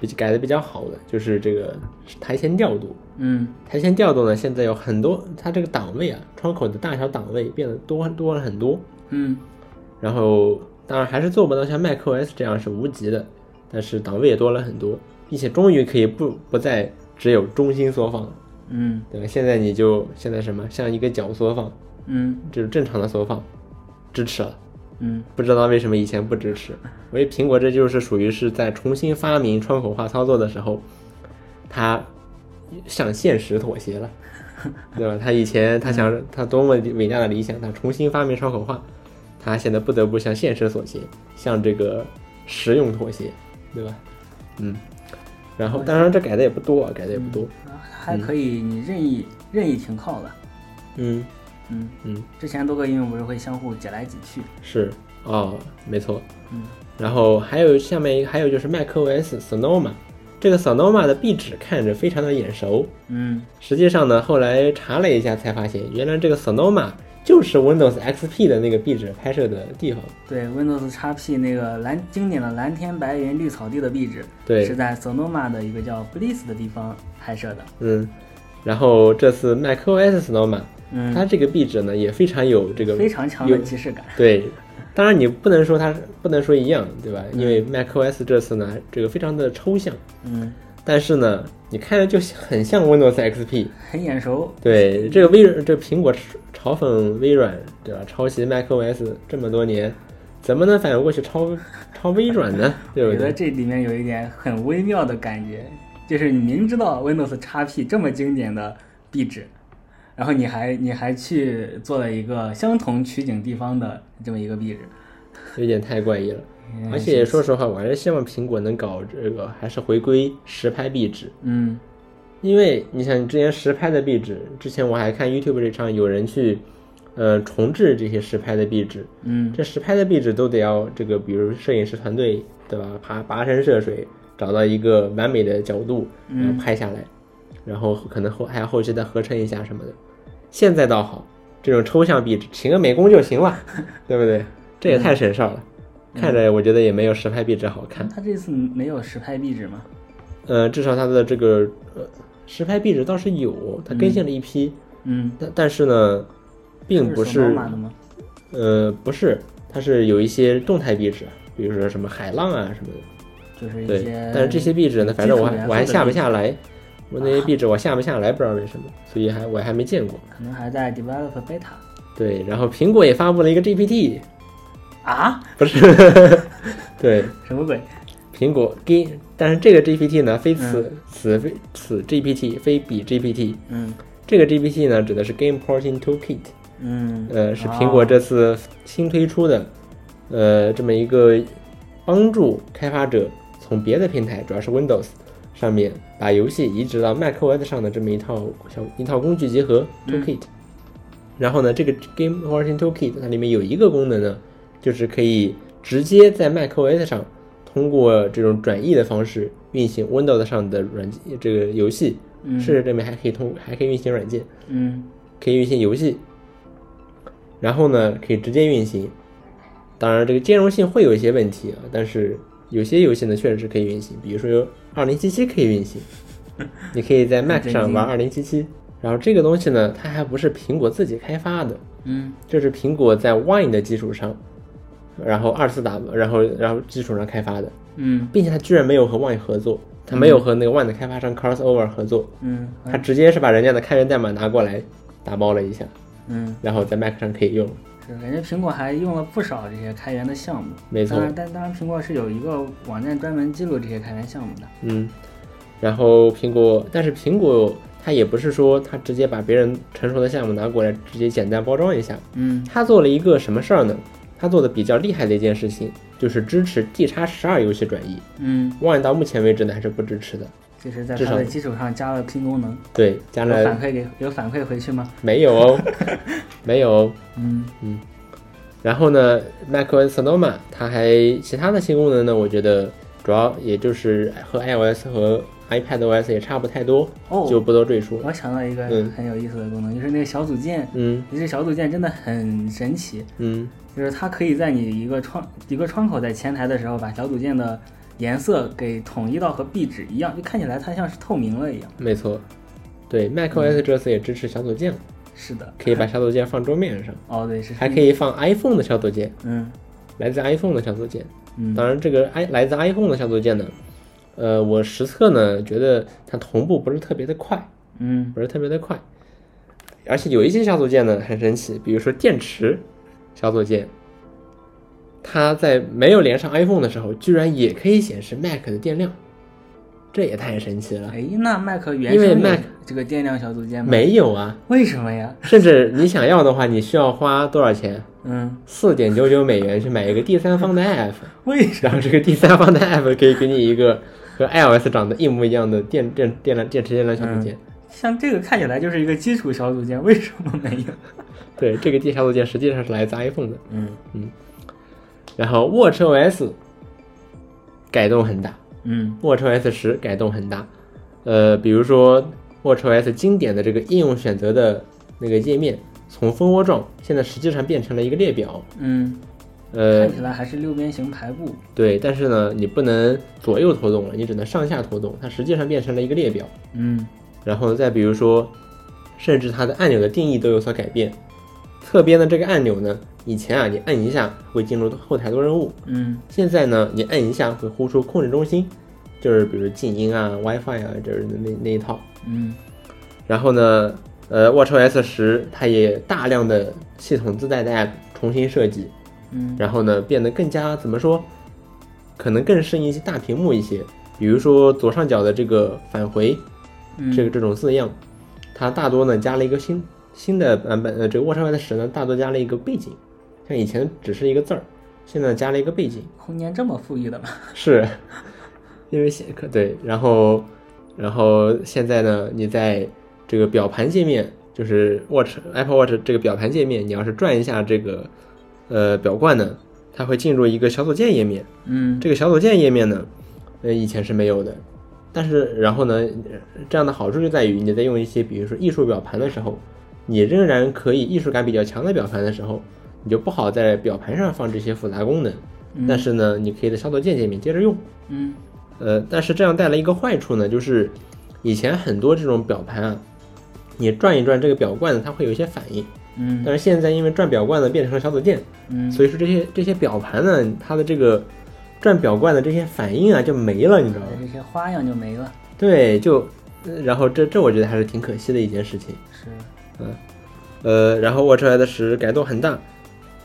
[SPEAKER 1] 比改的比较好的，就是这个台前调度。
[SPEAKER 2] 嗯
[SPEAKER 1] 台前调度呢，现在有很多，它这个档位啊，窗口的大小档位变得多多了很多。
[SPEAKER 2] 嗯
[SPEAKER 1] 然后当然还是做不到像 macOS 这样是无极的，但是档位也多了很多，并且终于可以不不再只有中心缩放了，
[SPEAKER 2] 嗯
[SPEAKER 1] 对吧？现在你就现在什么像一个角缩放，
[SPEAKER 2] 嗯
[SPEAKER 1] 就是正常的缩放，支持了。
[SPEAKER 2] 嗯
[SPEAKER 1] 不知道为什么以前不支持，因为苹果这就是属于是在重新发明窗口化操作的时候，它向现实妥协了，对吧？他以前他想他多么伟大的理想，他重新发明窗口化，他现在不得不向现实妥协，向这个实用妥协，对吧？嗯，然后当然这改的也不多，改的也不多，
[SPEAKER 2] 啊还可以，你任意任意停靠的，
[SPEAKER 1] 嗯
[SPEAKER 2] 嗯，
[SPEAKER 1] 嗯。
[SPEAKER 2] 之前多个应用不是会相互挤来挤去，
[SPEAKER 1] 是哦，没错。
[SPEAKER 2] 嗯，
[SPEAKER 1] 然后还有下面一个，还有就是 macOS Sonoma，这个 Sonoma 的壁纸看着非常的眼熟，
[SPEAKER 2] 嗯
[SPEAKER 1] 实际上呢，后来查了一下才发现，原来这个 Sonoma 就是 Windows XP 的那个壁纸拍摄的地方。
[SPEAKER 2] 对 Windows XP 那个蓝经典的蓝天白云绿草地的壁纸，
[SPEAKER 1] 对
[SPEAKER 2] 是，在 Sonoma 的一个叫 Bliss 的地方拍摄的。
[SPEAKER 1] 嗯，然后这次 macOS Sonoma，它
[SPEAKER 2] 嗯，
[SPEAKER 1] 这个壁纸呢也非常有这个
[SPEAKER 2] 非常强的
[SPEAKER 1] 有
[SPEAKER 2] 即视感。
[SPEAKER 1] 对，当然你不能说它不能说一样，对吧？因为 macOS 这次呢，这个非常的抽象，
[SPEAKER 2] 嗯，
[SPEAKER 1] 但是呢，你看着就很像 Windows XP。
[SPEAKER 2] 很眼熟。
[SPEAKER 1] 对，这个微软，这个苹果嘲讽微软，对吧？抄袭 macOS 这么多年，怎么能反过去抄抄微软呢？对
[SPEAKER 2] 我
[SPEAKER 1] 不
[SPEAKER 2] 觉
[SPEAKER 1] 对？
[SPEAKER 2] 得这里面有一点很微妙的感觉，就是你明知道 Windows XP 这么经典的壁纸，然后你还你还去做了一个相同取景地方的这么一个壁纸，
[SPEAKER 1] 有点太怪异了。
[SPEAKER 2] 嗯
[SPEAKER 1] 而且说实话，我还是希望苹果能搞这个，还是回归实拍壁纸。
[SPEAKER 2] 嗯
[SPEAKER 1] 因为你想，你之前实拍的壁纸，之前我还看 YouTube 这上有人去，呃，重置这些实拍的壁纸。
[SPEAKER 2] 嗯
[SPEAKER 1] 这实拍的壁纸都得要这个，比如摄影师团队，对吧？爬跋山涉水，找到一个完美的角度，然后拍下来，然后可能后还要后期再合成一下什么的。现在倒好，这种抽象壁纸请个美工就行了，对不对？这也太省事儿了，看着我觉得也没有实拍壁纸好看。
[SPEAKER 2] 他这次没有实拍壁纸吗？
[SPEAKER 1] 呃，至少它的这个呃实拍壁纸倒是有，它更新了一批，
[SPEAKER 2] 嗯，
[SPEAKER 1] 但但是呢，并不
[SPEAKER 2] 这
[SPEAKER 1] 是
[SPEAKER 2] 索诺玛的吗？
[SPEAKER 1] 呃不是，它是有一些动态壁纸，比如说什么海浪啊什么的。
[SPEAKER 2] 就是一
[SPEAKER 1] 对
[SPEAKER 2] 些，，
[SPEAKER 1] 但是这些壁纸呢，反正我
[SPEAKER 2] 基础元
[SPEAKER 1] 还
[SPEAKER 2] 素
[SPEAKER 1] 我还
[SPEAKER 2] 的
[SPEAKER 1] 下不
[SPEAKER 2] 壁纸啊
[SPEAKER 1] 下来，我那些壁纸我下不下来，不知道为什么，所以还我还没见过。
[SPEAKER 2] 可能还在 develop beta
[SPEAKER 1] 对，然后苹果也发布了一个 GPT，
[SPEAKER 2] 啊，
[SPEAKER 1] 不是， 对，
[SPEAKER 2] 什么鬼？
[SPEAKER 1] 苹果给，但是这个 GPT 呢，非此此非此 GPT，非彼 GPT。
[SPEAKER 2] 嗯
[SPEAKER 1] 这个 GPT 呢，指的是 Game Porting Toolkit，
[SPEAKER 2] 嗯，
[SPEAKER 1] 呃，是苹果这次新推出的，呃，这么一个帮助开发者从别的平台，主要是 Windows 上面把游戏移植到 macOS 上的这么一套小一套工具集合 Toolkit。然后呢，这个 Game Porting Toolkit 它里面有一个功能呢，就是可以直接在 macOS 上通过这种转译的方式运行 Windows 上的软件这个游戏，
[SPEAKER 2] 嗯
[SPEAKER 1] 事实证明还可以通还可以运行软件。
[SPEAKER 2] 嗯
[SPEAKER 1] 可以运行游戏，然后呢可以直接运行。当然，这个兼容性会有一些问题啊，但是有些游戏呢确实是可以运行，比如说有二零七七可以运行，你可以在 Mac 上玩二零七七。然后这个东西呢，它还不是苹果自己开发的，
[SPEAKER 2] 嗯
[SPEAKER 1] 这是苹果在 Wine 的基础上，然后二次打，然后然后基础上开发的，
[SPEAKER 2] 嗯
[SPEAKER 1] 并且它居然没有和 Wine 合作，它没有和那个 Wine 的开发商 Crossover 合作，
[SPEAKER 2] 嗯
[SPEAKER 1] 它直接是把人家的开源代码拿过来打包了一下。
[SPEAKER 2] 嗯，
[SPEAKER 1] 然后在 Mac 上可以用。
[SPEAKER 2] 是感觉苹果还用了不少这些开源的项目。
[SPEAKER 1] 没错
[SPEAKER 2] 当，然，但当然，苹果是有一个网站专门记录这些开源项目的。
[SPEAKER 1] 嗯。然后苹果，但是苹果它也不是说它直接把别人成熟的项目拿过来直接简单包装一下，
[SPEAKER 2] 嗯
[SPEAKER 1] 它做了一个什么事儿呢？它做的比较厉害的一件事情就是支持 D 叉十二游戏转移
[SPEAKER 2] 嗯，
[SPEAKER 1] ，Wine 到目前为止呢还是不支持的。
[SPEAKER 2] 就是在
[SPEAKER 1] 至
[SPEAKER 2] 它
[SPEAKER 1] 少
[SPEAKER 2] 的基础上加了拼功能，
[SPEAKER 1] 对，加
[SPEAKER 2] 有反
[SPEAKER 1] 了
[SPEAKER 2] 馈给有反馈回去吗？
[SPEAKER 1] 没有 哦，没有哦。
[SPEAKER 2] 嗯
[SPEAKER 1] 然后呢，macOS Sonoma 它还其他的新功能呢，我觉得主要也就是和 iOS 和 iPadOS 也差不太多，
[SPEAKER 2] 哦
[SPEAKER 1] 就不多赘述了。
[SPEAKER 2] 我想到一个
[SPEAKER 1] 嗯
[SPEAKER 2] 很有意思的功能，就是那个小组件，
[SPEAKER 1] 嗯
[SPEAKER 2] 这小组件真的很神奇，
[SPEAKER 1] 嗯
[SPEAKER 2] 就是它可以在你一个窗一个窗口在前台的时候，把小组件的颜色给统一到和壁纸一样，就看起来它像是透明了一样。，
[SPEAKER 1] 没错，对，macOS
[SPEAKER 2] 嗯
[SPEAKER 1] 这次也支持小组件，
[SPEAKER 2] 是的，
[SPEAKER 1] 可以把小组件放桌面上，
[SPEAKER 2] 哦对是，
[SPEAKER 1] 还可以放 iPhone 的小组件，
[SPEAKER 2] 嗯
[SPEAKER 1] 来自 iPhone 的小组件。
[SPEAKER 2] 嗯
[SPEAKER 1] 当然，这个 i 来自 iPhone 的小组件呢，呃，我实测呢觉得它同步不是特别的快，
[SPEAKER 2] 嗯
[SPEAKER 1] 不是特别的快，而且有一些小组件呢很神奇，比如说电池小组件。它在没有连上 iPhone 的时候，居然也可以显示 Mac 的电量，这也太神奇了！
[SPEAKER 2] 哎，那 Mac 原
[SPEAKER 1] 因为
[SPEAKER 2] 生有
[SPEAKER 1] Mac-
[SPEAKER 2] 这个电量小组件吗？
[SPEAKER 1] 没有啊，
[SPEAKER 2] 为什么呀？
[SPEAKER 1] 甚至你想要的话，你需要花多少钱？
[SPEAKER 2] 嗯，
[SPEAKER 1] 四点九九美元去买一个第三方的 app，
[SPEAKER 2] 为什
[SPEAKER 1] 然后这个第三方的 app 可以给你一个和 iOS 长得一模一样的电电电量电池电量小组件。
[SPEAKER 2] 像这个看起来就是一个基础小组件，为什么没有？
[SPEAKER 1] 对，这个电小组件实际上是来自 iPhone 的。
[SPEAKER 2] 嗯
[SPEAKER 1] 然后 WatchOS 改动很大
[SPEAKER 2] 嗯
[SPEAKER 1] ，WatchOS 十改动很大。呃，比如说 WatchOS 经典的这个应用选择的那个界面，从蜂窝状现在实际上变成了一个列表。
[SPEAKER 2] 嗯，
[SPEAKER 1] 呃
[SPEAKER 2] 看，起来还是六边形排布。
[SPEAKER 1] 对，但是呢，你不能左右拖动了，你只能上下拖动，它实际上变成了一个列表。
[SPEAKER 2] 嗯
[SPEAKER 1] 然后再比如说，甚至它的按钮的定义都有所改变。侧边的这个按钮呢，以前啊你按一下会进入后台多任务，
[SPEAKER 2] 嗯
[SPEAKER 1] 现在呢你按一下会呼出控制中心，就是比如静音啊、WiFi 啊，就是那那一套。
[SPEAKER 2] 嗯
[SPEAKER 1] 然后呢，呃，WatchOS 十它也大量的系统自带的 App 重新设计，
[SPEAKER 2] 嗯
[SPEAKER 1] 然后呢变得更加怎么说，可能更适应一些大屏幕一些，比如说左上角的这个返回，
[SPEAKER 2] 嗯，
[SPEAKER 1] 这个这种字样，它大多呢加了一个新新的版本，呃，这个 WatchOS 十呢大多加了一个背景，像以前只是一个字儿，现在加了一个背景，
[SPEAKER 2] 红年这么富裕的吗？
[SPEAKER 1] 是因为现可对，然后然后现在呢，你在这个表盘界面，就是 Watch Apple Watch 这个表盘界面，你要是转一下这个呃表冠呢，它会进入一个小组件页面，
[SPEAKER 2] 嗯
[SPEAKER 1] 这个小组件页面呢，呃，以前是没有的。但是，然后呢，呃这样的好处就在于你在用一些，比如说艺术表盘的时候，你仍然可以艺术感比较强的表盘的时候，你就不好在表盘上放这些复杂功能。
[SPEAKER 2] 嗯
[SPEAKER 1] 但是呢，你可以在小组件界面接着用。
[SPEAKER 2] 嗯
[SPEAKER 1] 呃，但是这样带来一个坏处呢，就是以前很多这种表盘啊，你转一转这个表冠呢，它会有一些反应。
[SPEAKER 2] 嗯
[SPEAKER 1] 但是现在因为转表冠呢变成了小组件，
[SPEAKER 2] 嗯，
[SPEAKER 1] 所以说这些这些表盘呢，它的这个转表冠的这些反应啊就没了，你知道吗？
[SPEAKER 2] 这些花样就没了。
[SPEAKER 1] 对，就呃然后这这我觉得还是挺可惜的一件事情。
[SPEAKER 2] 是，
[SPEAKER 1] 呃，然后 WatchOS 十改动很大，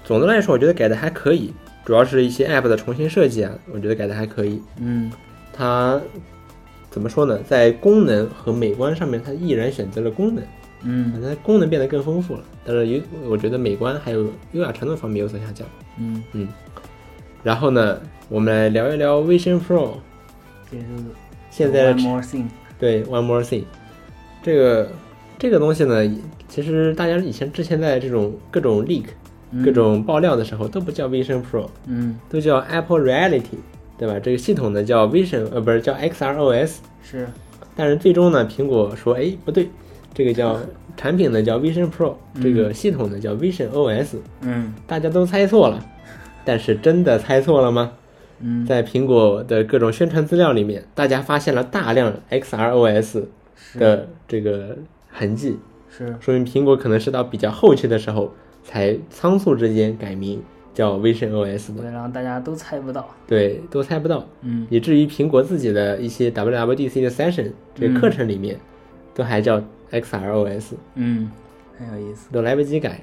[SPEAKER 1] 总的来说我觉得改的还可以，主要是一些 App 的重新设计啊，我觉得改的还可以。
[SPEAKER 2] 嗯
[SPEAKER 1] 它怎么说呢，在功能和美观上面，它毅然选择了功能，
[SPEAKER 2] 嗯
[SPEAKER 1] 它功能变得更丰富了，但是有我觉得美观还有优雅程度方面有所下降。
[SPEAKER 2] 嗯，
[SPEAKER 1] 然后呢，我们来聊一聊 Vision Pro。
[SPEAKER 2] 这是
[SPEAKER 1] 现在
[SPEAKER 2] one more thing。
[SPEAKER 1] 对 One More Thing，这个这个东西呢，其实大家以前之前在这种各种 leak、
[SPEAKER 2] 嗯
[SPEAKER 1] 各种爆料的时候，都不叫 Vision Pro，
[SPEAKER 2] 嗯
[SPEAKER 1] 都叫 Apple Reality，对吧？这个系统呢叫 Vision，呃，不是叫 XROS，
[SPEAKER 2] 嗯是，
[SPEAKER 1] 但是最终呢，苹果说，哎，不对，这个 叫产品呢叫 Vision Pro，这个系统呢叫 Vision OS，
[SPEAKER 2] 嗯
[SPEAKER 1] 大家都猜错了，但是真的猜错了吗？
[SPEAKER 2] 嗯
[SPEAKER 1] 在苹果的各种宣传资料里面，大家发现了大量 XROS
[SPEAKER 2] 是
[SPEAKER 1] 的这个痕迹，
[SPEAKER 2] 是
[SPEAKER 1] 说明苹果可能是到比较后期的时候才仓促之间改名叫 Vision OS 的，
[SPEAKER 2] 为了让大家都猜不到。
[SPEAKER 1] 对，都猜不到，
[SPEAKER 2] 嗯
[SPEAKER 1] 以至于苹果自己的一些 WWDC 的 session 这个课程里面，都还叫 XROS，
[SPEAKER 2] 嗯，很有意思。
[SPEAKER 1] 都来不及改，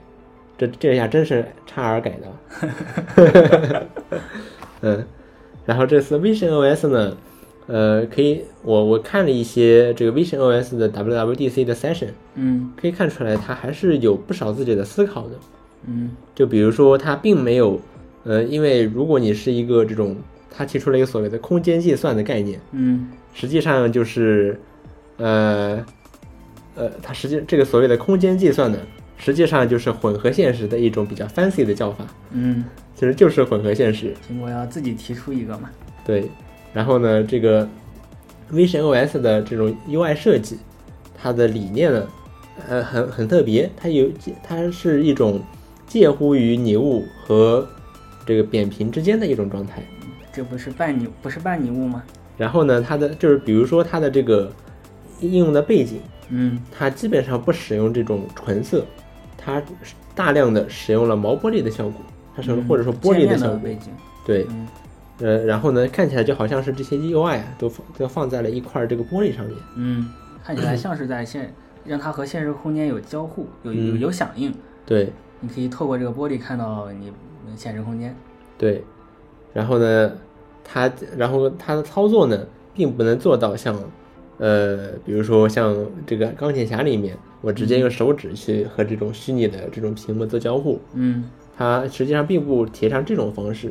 [SPEAKER 1] 这这下真是差点改的，嗯，然后这次 Vision OS 呢，呃，可以我我看了一些这个 Vision OS 的 WWDC 的 session。
[SPEAKER 2] 嗯
[SPEAKER 1] 可以看出来，他还是有不少自己的思考的。
[SPEAKER 2] 嗯
[SPEAKER 1] 就比如说，他并没有，呃，因为如果你是一个这种，他提出了一个所谓的空间计算的概念，
[SPEAKER 2] 嗯
[SPEAKER 1] 实际上就是，呃，呃，它实际这个所谓的空间计算呢，实际上就是混合现实的一种比较 fancy 的叫法，
[SPEAKER 2] 嗯，
[SPEAKER 1] 其实就是混合现实。
[SPEAKER 2] 苹果要自己提出一个嘛。
[SPEAKER 1] 对，然后呢，这个 Vision OS 的这种 UI 设计，它的理念呢，呃，很很特别，它有它是一种介乎于拟物和这个扁平之间的一种状态。
[SPEAKER 2] 这不是伴你不是伴你物吗？
[SPEAKER 1] 然后呢，它的就是比如说它的这个应用的背景，
[SPEAKER 2] 嗯
[SPEAKER 1] 它基本上不使用这种纯色，它大量的使用了毛玻璃的效果，它是、
[SPEAKER 2] 嗯
[SPEAKER 1] 或者说玻璃
[SPEAKER 2] 界面
[SPEAKER 1] 效
[SPEAKER 2] 的
[SPEAKER 1] 果，
[SPEAKER 2] 背景。
[SPEAKER 1] 对，
[SPEAKER 2] 嗯
[SPEAKER 1] 呃，然后呢，看起来就好像是这些 UI 啊，都放都放在了一块儿这个玻璃上面。
[SPEAKER 2] 嗯，看起来像是在现让它和现实空间有交互，有有
[SPEAKER 1] 嗯
[SPEAKER 2] 有响应。
[SPEAKER 1] 对
[SPEAKER 2] 你可以透过这个玻璃看到你现实空间。
[SPEAKER 1] 对，然后呢，它然后它的操作呢，并不能做到像，呃，比如说像这个钢铁侠里面，我直接用手指去和这种虚拟的这种屏幕做交互，
[SPEAKER 2] 嗯
[SPEAKER 1] 它实际上并不提倡这种方式，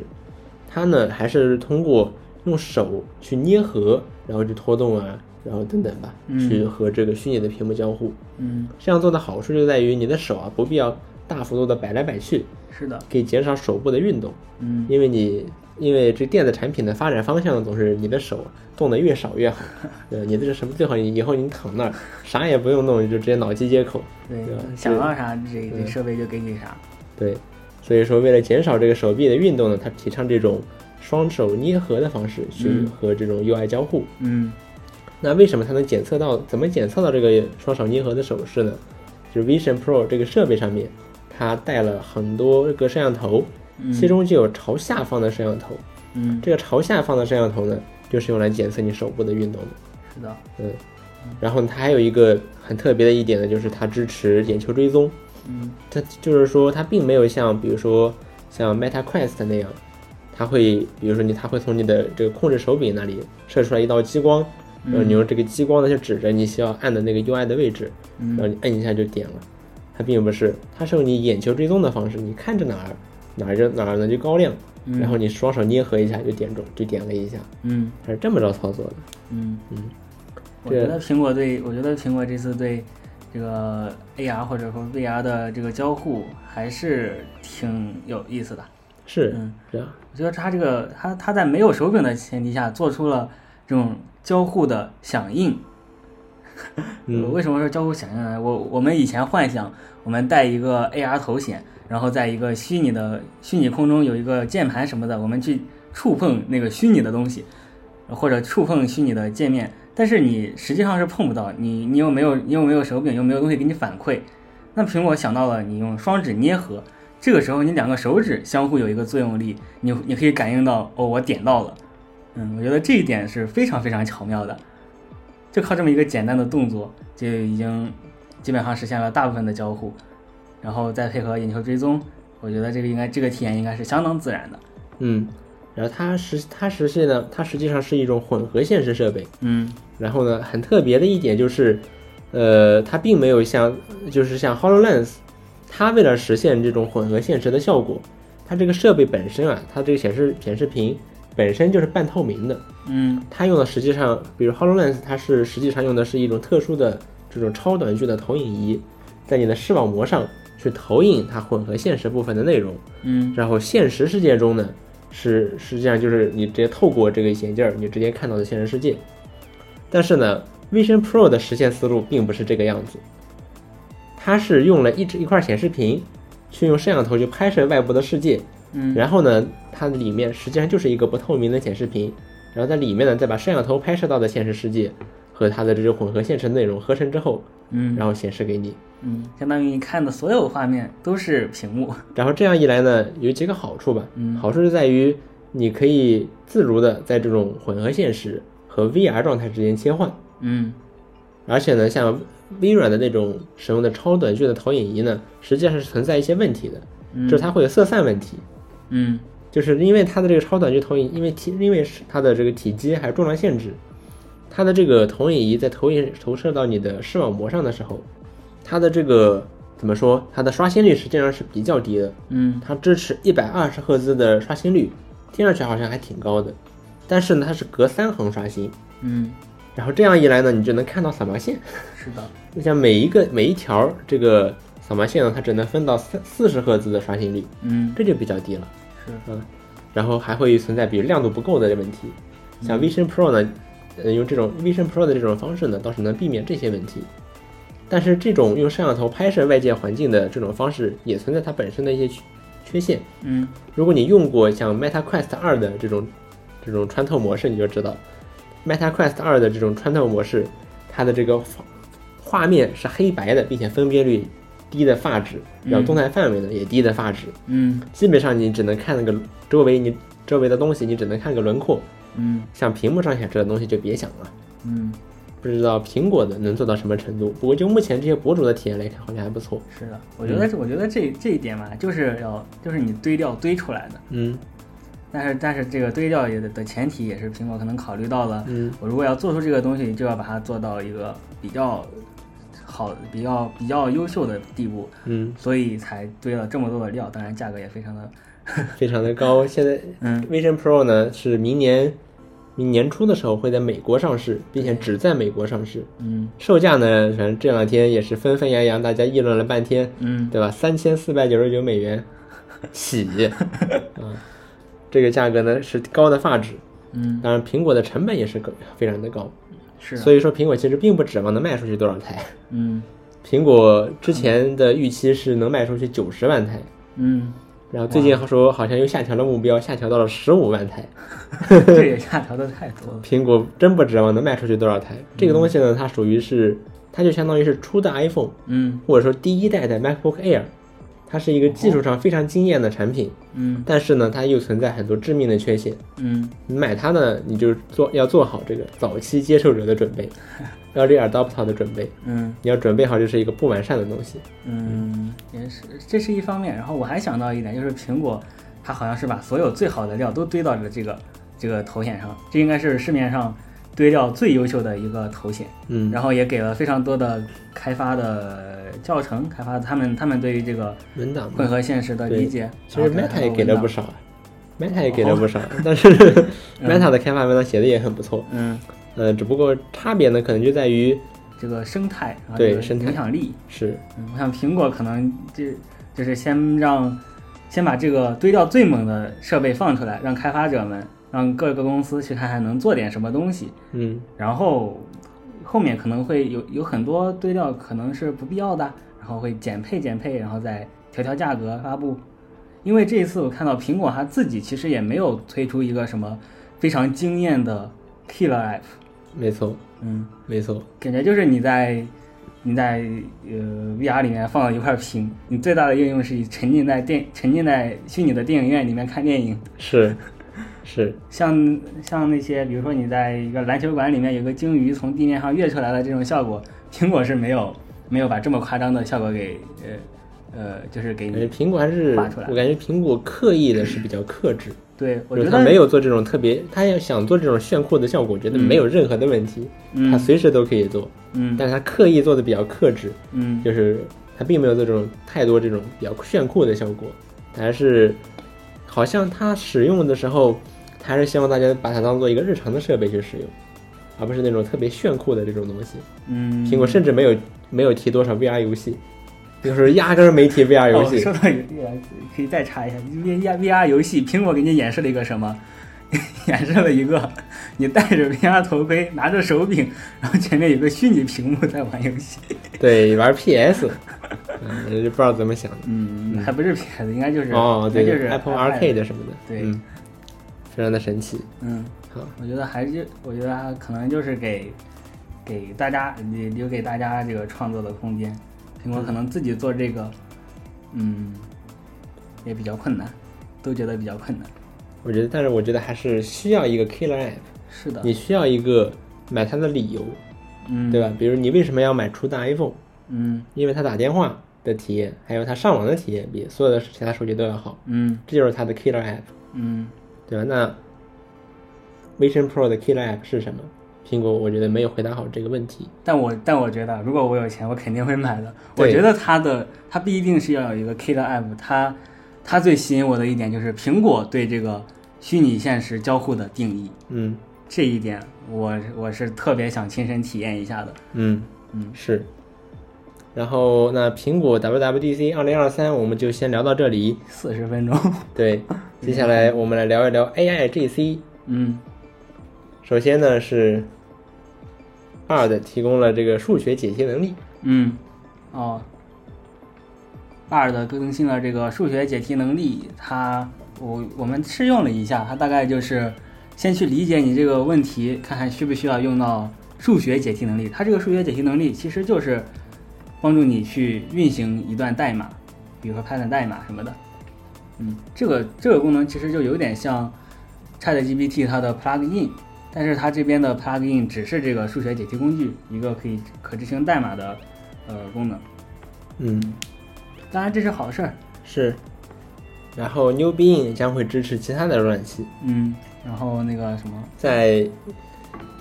[SPEAKER 1] 它呢还是通过用手去捏合，然后去拖动啊，然后等等吧，去和这个虚拟的屏幕交互。
[SPEAKER 2] 嗯，
[SPEAKER 1] 这样做的好处就在于你的手啊不必要大幅度的摆来摆去，
[SPEAKER 2] 是的。
[SPEAKER 1] 可以减少手部的运动，
[SPEAKER 2] 嗯
[SPEAKER 1] 因为你因为这电子产品的发展方向总是你的手动的越少越好，对，你的这什么最好？以后你躺那儿啥也不用弄，你就直接脑机接口，
[SPEAKER 2] 对
[SPEAKER 1] 对吧，
[SPEAKER 2] 想到啥这这
[SPEAKER 1] 对
[SPEAKER 2] 设备就给你啥，
[SPEAKER 1] 对，所以说为了减少这个手臂的运动呢，他提倡这种双手捏合的方式去
[SPEAKER 2] 嗯
[SPEAKER 1] 和这种 UI 交互。
[SPEAKER 2] 嗯
[SPEAKER 1] 那为什么它能检测到？怎么检测到这个双手捏合的手势呢？就是 Vision Pro 这个设备上面，它带了很多个摄像头，
[SPEAKER 2] 嗯
[SPEAKER 1] 其中就有朝下方的摄像头。
[SPEAKER 2] 嗯，
[SPEAKER 1] 这个朝下方的摄像头呢，就是用来检测你手部的运动的。
[SPEAKER 2] 是的，
[SPEAKER 1] 嗯，然后它还有一个很特别的一点呢，就是它支持眼球追踪。
[SPEAKER 2] 嗯
[SPEAKER 1] 它就是说它并没有像比如说像 Meta Quest 那样，它会比如说你它会从你的这个控制手柄那里射出来一道激光，然后你
[SPEAKER 2] 嗯
[SPEAKER 1] 用这个激光呢就指着你需要按的那个 UI 的位置，然后
[SPEAKER 2] 嗯
[SPEAKER 1] 你摁一下就点了。它并不是，它是用你眼球追踪的方式，你看着哪儿哪儿就哪儿呢就高亮，
[SPEAKER 2] 嗯
[SPEAKER 1] 然后你双手捏合一下就点中，就点了一下，
[SPEAKER 2] 嗯
[SPEAKER 1] 它是这么着操作的。
[SPEAKER 2] 嗯
[SPEAKER 1] 嗯，
[SPEAKER 2] 我
[SPEAKER 1] 这
[SPEAKER 2] 觉得苹果对，我觉得苹果这次对这个 AR 或者说 VR 的这个交互还是挺有意思的。
[SPEAKER 1] 是
[SPEAKER 2] 嗯
[SPEAKER 1] 这样，
[SPEAKER 2] 我觉得它这个它它在没有手柄的前提下做出了这种交互的响应。
[SPEAKER 1] 嗯
[SPEAKER 2] 呃 为什么说交互响应呢？我我们以前幻想我们戴一个 AR 头显，然后在一个虚拟的虚拟空中有一个键盘什么的，我们去触碰那个虚拟的东西，或者触碰虚拟的界面，但是你实际上是碰不到，你你又没有你又没有手柄，又没有东西给你反馈。那苹果想到了你用双指捏合，这个时候你两个手指相互有一个作用力，你你可以感应到哦，我点到了。嗯，我觉得这一点是非常非常巧妙的，就靠这么一个简单的动作，就已经基本上实现了大部分的交互，然后再配合眼球追踪，我觉得这个应该这个体验应该是相当自然的。
[SPEAKER 1] 嗯，然后它实它实现呢，它实际上是一种混合现实设备。
[SPEAKER 2] 嗯
[SPEAKER 1] 然后呢，很特别的一点就是，呃，它并没有像就是像 Hololens，它为了实现这种混合现实的效果，它这个设备本身啊，它这个显示显示屏本身就是半透明的。
[SPEAKER 2] 嗯
[SPEAKER 1] 它用的实际上，比如 Hololens，它是实际上用的是一种特殊的这种超短距的投影仪，在你的视网膜上去投影它混合现实部分的内容。
[SPEAKER 2] 嗯
[SPEAKER 1] 然后现实世界中呢，是实际上就是你直接透过这个眼镜儿，你直接看到的现实世界。但是呢，Vision Pro 的实现思路并不是这个样子，它是用了一只一块显示屏，去用摄像头去拍摄外部的世界，
[SPEAKER 2] 嗯
[SPEAKER 1] 然后呢，它里面实际上就是一个不透明的显示屏，然后在里面呢再把摄像头拍摄到的现实世界和它的这种混合现实内容合成之后，
[SPEAKER 2] 嗯
[SPEAKER 1] 然后显示给你。
[SPEAKER 2] 嗯，相当于你看的所有画面都是屏幕。
[SPEAKER 1] 然后这样一来呢，有几个好处吧。
[SPEAKER 2] 嗯
[SPEAKER 1] 好处就在于你可以自如的在这种混合现实和 VR 状态之间切换，
[SPEAKER 2] 嗯
[SPEAKER 1] 而且呢，像微软的那种使用的超短距的投影仪呢，实际上是存在一些问题的，
[SPEAKER 2] 嗯
[SPEAKER 1] 就是它会有色散问题，
[SPEAKER 2] 嗯
[SPEAKER 1] 就是因为它的这个超短距投影，因为体因为是它的这个体积还有重量限制，它的这个投影仪在投影投射到你的视网膜上的时候，它的这个怎么说，它的刷新率实际上是比较低的。
[SPEAKER 2] 嗯
[SPEAKER 1] 它支持一百二十赫兹的刷新率，听上去好像还挺高的，但是呢，它是隔三横刷新，
[SPEAKER 2] 嗯，
[SPEAKER 1] 然后这样一来呢，你就能看到扫描线。
[SPEAKER 2] 是的，
[SPEAKER 1] 就像每一个每一条这个扫描线呢，它只能分到三四十赫兹的刷新率，
[SPEAKER 2] 嗯
[SPEAKER 1] 这就比较低了。
[SPEAKER 2] 是
[SPEAKER 1] 嗯，然后还会存在比如亮度不够的问题。像 Vision Pro 呢，呃，用这种 Vision Pro 的这种方式呢，倒是能避免这些问题。但是这种用摄像头拍摄外界环境的这种方式，也存在它本身的一些缺缺陷。
[SPEAKER 2] 嗯
[SPEAKER 1] 如果你用过像 Meta Quest 二的这种这种穿透模式，你就知道 Meta Quest 二的这种穿透模式，它的这个画画面是黑白的，并且分辨率低的发质，然后动态范围呢也低的发质，
[SPEAKER 2] 嗯
[SPEAKER 1] 基本上你只能看那个周围你周围的东西，你只能看个轮廓，
[SPEAKER 2] 嗯
[SPEAKER 1] 像屏幕上显示的东西就别想了。
[SPEAKER 2] 嗯，
[SPEAKER 1] 不知道苹果的能做到什么程度，不过就目前这些博主的体验来看，好像还不错。
[SPEAKER 2] 是的，我觉得
[SPEAKER 1] 嗯
[SPEAKER 2] 这我觉得这这一点嘛，就是要就是你堆料堆出来的。
[SPEAKER 1] 嗯
[SPEAKER 2] 但是但是这个堆料也的前提也是苹果可能考虑到了，
[SPEAKER 1] 嗯
[SPEAKER 2] 我如果要做出这个东西，就要把它做到一个比较好、比较比较优秀的地步，
[SPEAKER 1] 嗯，
[SPEAKER 2] 所以才堆了这么多的料。当然价格也非常的，
[SPEAKER 1] 非常的高。现在
[SPEAKER 2] 嗯
[SPEAKER 1] Vision Pro 呢是明年明年初的时候会在美国上市，并且只在美国上市。
[SPEAKER 2] 嗯
[SPEAKER 1] 售价呢，反正这两天也是纷纷扬扬，大家议论了半天，
[SPEAKER 2] 嗯
[SPEAKER 1] 对吧？三千四百九十九美元起，啊、这个价格呢是高的发指。
[SPEAKER 2] 嗯，
[SPEAKER 1] 当然，苹果的成本也是高非常的高，
[SPEAKER 2] 是，啊
[SPEAKER 1] 所以说苹果其实并不指望能卖出去多少台。
[SPEAKER 2] 嗯
[SPEAKER 1] 苹果之前的预期是能卖出去九十万台，
[SPEAKER 2] 嗯，
[SPEAKER 1] 然后最近说好像又下调了目标，下调到了十五万台。
[SPEAKER 2] 这也下调的太多了。
[SPEAKER 1] 苹果真不指望能卖出去多少台。
[SPEAKER 2] 嗯
[SPEAKER 1] 这个东西呢，它属于是，它就相当于是初代 iPhone
[SPEAKER 2] 嗯
[SPEAKER 1] 或者说第一代的 MacBook Air，它是一个技术上非常惊艳的产品，
[SPEAKER 2] 嗯
[SPEAKER 1] 但是呢，它又存在很多致命的缺陷。
[SPEAKER 2] 嗯，
[SPEAKER 1] 你买它呢，你就做要做好这个早期接受者的 准备，要 early adopter 的准备，
[SPEAKER 2] 嗯
[SPEAKER 1] 你要准备好这是一个不完善的东西。
[SPEAKER 2] 嗯，也是，这是一方面。然后我还想到一点，就是苹果，它好像是把所有最好的料都堆到了这个这个头衔上，这应该是市面上堆料最优秀的一个头衔。
[SPEAKER 1] 嗯
[SPEAKER 2] 然后也给了非常多的开发的教程，开发他们他们对于这个
[SPEAKER 1] 文档
[SPEAKER 2] 混
[SPEAKER 1] 嘛，
[SPEAKER 2] 合现实的理解。
[SPEAKER 1] 其实
[SPEAKER 2] 然后
[SPEAKER 1] Meta
[SPEAKER 2] 它
[SPEAKER 1] 也给了不
[SPEAKER 2] 少。
[SPEAKER 1] 少啊，Meta
[SPEAKER 2] 哦
[SPEAKER 1] 也给了不 少，但是 Meta 的开发文档写的也很不错。
[SPEAKER 2] 嗯，
[SPEAKER 1] 呃，只不过差别呢，可能就在于
[SPEAKER 2] 这个生态，然后
[SPEAKER 1] 对
[SPEAKER 2] 这个
[SPEAKER 1] 生态
[SPEAKER 2] 影响力。
[SPEAKER 1] 是
[SPEAKER 2] 嗯，我想苹果可能就就是先让先把这个堆料最猛的设备放出来，让开发者们，让各个公司去看看能做点什么东西，
[SPEAKER 1] 嗯，
[SPEAKER 2] 然后后面可能会有有很多堆料可能是不必要的，然后会减配减配，然后再调调价格发布。因为这一次我看到苹果它自己其实也没有推出一个什么非常惊艳的 killer app，
[SPEAKER 1] 没错，
[SPEAKER 2] 嗯，
[SPEAKER 1] 没错，
[SPEAKER 2] 感觉就是你在你在呃 VR 里面放了一块屏，你最大的应用是沉浸在电沉浸在虚拟的电影院里面看电影。
[SPEAKER 1] 是 是，
[SPEAKER 2] 像像那些，比如说你在一个篮球馆里面有个鲸鱼从地面上跃出来了这种效果，苹果是没有没有把这么夸张的效果给呃呃，就是给
[SPEAKER 1] 感觉
[SPEAKER 2] 你。
[SPEAKER 1] 苹果还是
[SPEAKER 2] 画出来
[SPEAKER 1] 我感觉苹果刻意的是比较克制，
[SPEAKER 2] 对，我
[SPEAKER 1] 就
[SPEAKER 2] 觉
[SPEAKER 1] 是他没
[SPEAKER 2] 得
[SPEAKER 1] 有做这种特别，他要想做这种炫酷的效果，我觉得
[SPEAKER 2] 嗯
[SPEAKER 1] 没有任何的问题，
[SPEAKER 2] 嗯
[SPEAKER 1] 他随时都可以做，
[SPEAKER 2] 嗯
[SPEAKER 1] 但是他刻意做的比较克制，
[SPEAKER 2] 嗯
[SPEAKER 1] 就是他并没有做这种太多这种比较炫酷的效果，还是好像他使用的时候，他还是希望大家把它当做一个日常的设备去使用，而不是那种特别炫酷的这种东西。
[SPEAKER 2] 嗯，
[SPEAKER 1] 苹果甚至没有没有提多少 VR 游戏，就是压根儿没提 VR 游
[SPEAKER 2] 哦，
[SPEAKER 1] 戏。
[SPEAKER 2] 说到游戏来，可以再查一下 VR VR 游戏，苹果给你演示了一个什么？ 演示了一个你戴着 VR 头盔，拿着手柄，然后前面有个虚拟屏幕在玩游戏。
[SPEAKER 1] 对，玩 PS，嗯，人家不知道怎么想的。
[SPEAKER 2] 嗯，还不是 PS，应该就是
[SPEAKER 1] 哦，对
[SPEAKER 2] 应该就是
[SPEAKER 1] Apple
[SPEAKER 2] iPad
[SPEAKER 1] Arcade 什么的，
[SPEAKER 2] 对
[SPEAKER 1] 嗯，非常的神奇。
[SPEAKER 2] 嗯，
[SPEAKER 1] 好，
[SPEAKER 2] 我觉得还是，我觉得它可能就是给给大家留留给大家这个创作的空间。苹果可能自己做这个，嗯，也比较困难，都觉得比较困难。
[SPEAKER 1] 我觉得，但是我觉得还是需要一个 killer app，
[SPEAKER 2] 是的，
[SPEAKER 1] 你需要一个买它的理由，
[SPEAKER 2] 嗯，
[SPEAKER 1] 对吧？比如你为什么要买初代 iPhone？
[SPEAKER 2] 嗯
[SPEAKER 1] 因为它打电话的体验，还有它上网的体验比所有的其他手机都要好，
[SPEAKER 2] 嗯
[SPEAKER 1] 这就是它的 killer app。
[SPEAKER 2] 嗯
[SPEAKER 1] 对吧？那 Vision Pro 的 killer app 是什么？苹果我觉得没有回答好这个问题。
[SPEAKER 2] 但我但我觉得，如果我有钱，我肯定会买的。我
[SPEAKER 1] 对
[SPEAKER 2] 觉得它的它不一定是要有一个 K 的 app，它它最吸引我的一点就是苹果对这个虚拟现实交互的定义，
[SPEAKER 1] 嗯
[SPEAKER 2] 这一点我我是特别想亲身体验一下的。
[SPEAKER 1] 嗯
[SPEAKER 2] 嗯，
[SPEAKER 1] 是。然后那苹果 WWDC 二零二三我们就先聊到这里。
[SPEAKER 2] 四十分钟，
[SPEAKER 1] 对，接下来我们来聊一聊 AIGC。
[SPEAKER 2] 嗯
[SPEAKER 1] 首先呢是 Bard 提供了这个数学解析能力。
[SPEAKER 2] 嗯，哦，二的更新了这个数学解题能力，它我我们试用了一下，它大概就是先去理解你这个问题，看看需不需要用到数学解题能力。它这个数学解题能力其实就是帮助你去运行一段代码，比如说 Python 代码什么的。嗯，这个这个功能其实就有点像 ChatGPT 它的 Plugin，但是它这边的 Plugin 只是这个数学解题工具，一个可以可执行代码的呃功能。
[SPEAKER 1] 嗯，
[SPEAKER 2] 当然这是好事儿，
[SPEAKER 1] 是。然后 New Bing 将会支持其他的浏览器。
[SPEAKER 2] 嗯，然后那个什么，
[SPEAKER 1] 在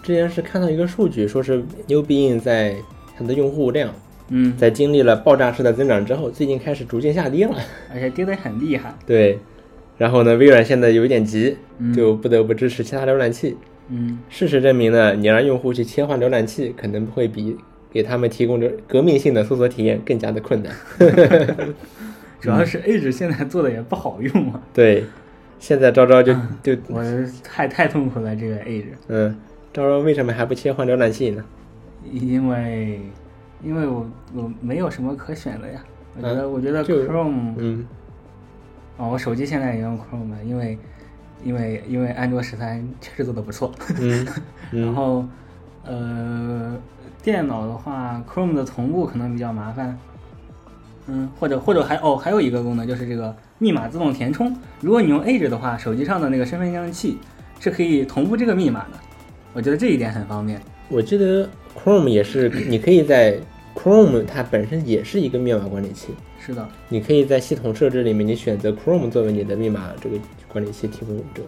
[SPEAKER 1] 之前是看到一个数据，说是 New Bing 在它的用户量
[SPEAKER 2] 嗯，
[SPEAKER 1] 在经历了爆炸式的增长之后，最近开始逐渐下跌了。
[SPEAKER 2] 而且跌得很厉害，
[SPEAKER 1] 对，然后呢，微软现在有一点急
[SPEAKER 2] 嗯，
[SPEAKER 1] 就不得不支持其他浏览器。
[SPEAKER 2] 嗯
[SPEAKER 1] 事实证明呢，你让用户去切换浏览器，可能会比给他们提供着革命性的搜索体验更加的困难。
[SPEAKER 2] 主要是 Edge 现在做的也不好用啊，
[SPEAKER 1] 对，现在昭昭就就
[SPEAKER 2] 我太太痛苦了，这个 Edge，
[SPEAKER 1] 嗯，昭昭为什么还不切换浏览器呢？
[SPEAKER 2] 因为因为我我没有什么可选的呀，我觉得、我觉得
[SPEAKER 1] 就是
[SPEAKER 2] Chrome
[SPEAKER 1] 嗯，
[SPEAKER 2] 哦，我手机现在也用 Chrome 了，因为因为因为安卓十三确实做的不错。
[SPEAKER 1] 嗯
[SPEAKER 2] 然
[SPEAKER 1] 嗯
[SPEAKER 2] 后呃，电脑的话，Chrome 的同步可能比较麻烦。嗯，或者或者还哦，还有一个功能就是这个密码自动填充。如果你用 Edge 的话，手机上的那个身份验证器是可以同步这个密码的。我觉得这一点很方便。
[SPEAKER 1] 我记得 Chrome 也是，你可以在 Chrome 它本身也是一个密码管理器，
[SPEAKER 2] 是的，
[SPEAKER 1] 你可以在系统设置里面，你选择 Chrome 作为你的密码这个管理器提供者。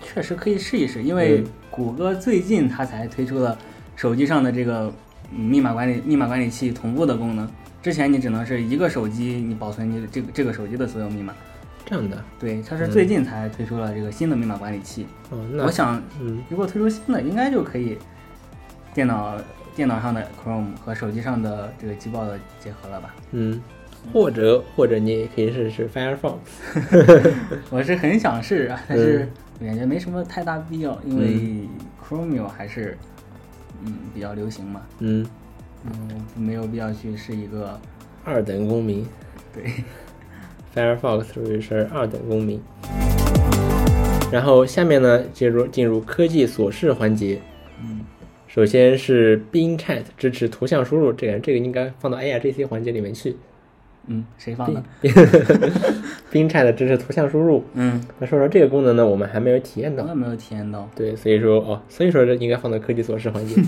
[SPEAKER 2] 确实可以试一试，因为
[SPEAKER 1] 嗯
[SPEAKER 2] 谷歌最近它才推出了手机上的这个嗯密码管理密码管理器同步的功能。之前你只能是一个手机，你保存你的这个这个手机的所有密码。
[SPEAKER 1] 这样的，
[SPEAKER 2] 对，它是最近才推出了这个新的密码管理器。
[SPEAKER 1] 哦，
[SPEAKER 2] 我
[SPEAKER 1] 那
[SPEAKER 2] 想，
[SPEAKER 1] 嗯
[SPEAKER 2] 如果推出新的，应该就可以电脑电脑上的 Chrome 和手机上的这个机报的结合了吧？
[SPEAKER 1] 嗯，或者或者你也可以试试 Firefox。
[SPEAKER 2] 我是很想试啊，但是感觉没什么太大必要，因为 Chrome 还是嗯比较流行嘛。
[SPEAKER 1] 嗯，
[SPEAKER 2] 嗯，没有必要去是一个
[SPEAKER 1] 二等公民
[SPEAKER 2] 对，
[SPEAKER 1] ，Firefox 属于是二等公民。然后下面呢，进入进入科技琐事环节。
[SPEAKER 2] 嗯，
[SPEAKER 1] 首先是 Bing Chat 支持图像输入，这个这个应该放到 AIGC 环节里面去。
[SPEAKER 2] 嗯，谁放的？
[SPEAKER 1] Bing Chat 支持图像输入，
[SPEAKER 2] 嗯，
[SPEAKER 1] 那说说这个功能呢，我们还没有体验
[SPEAKER 2] 我
[SPEAKER 1] 到。
[SPEAKER 2] 也没有体验到，
[SPEAKER 1] 对，所以说哦，所以说这应该放到科技琐事环 节。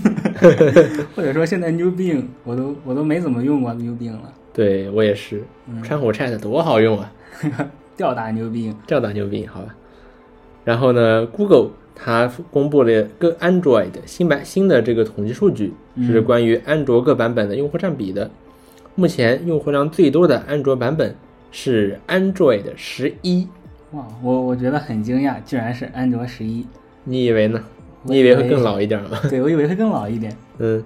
[SPEAKER 2] 或者说现在 New Bing 我都我都没怎么用过 New Bing 了，
[SPEAKER 1] 对我也是，
[SPEAKER 2] 嗯
[SPEAKER 1] 川火 Chat 多好用啊，
[SPEAKER 2] 吊打 New Bing，
[SPEAKER 1] 这倒牛逼，好吧。然后呢，Google 它公布了各 Android 新版新的这个统计数据，是关于安卓各版本的用户占比的。目前用户量最多的安卓版本是 Android 十一，
[SPEAKER 2] 哇，我我觉得很惊讶，居然是安卓十 一，
[SPEAKER 1] 你以为呢？
[SPEAKER 2] 我
[SPEAKER 1] 你以为会更老一点吗？
[SPEAKER 2] 对我以为会更老一点，
[SPEAKER 1] 嗯。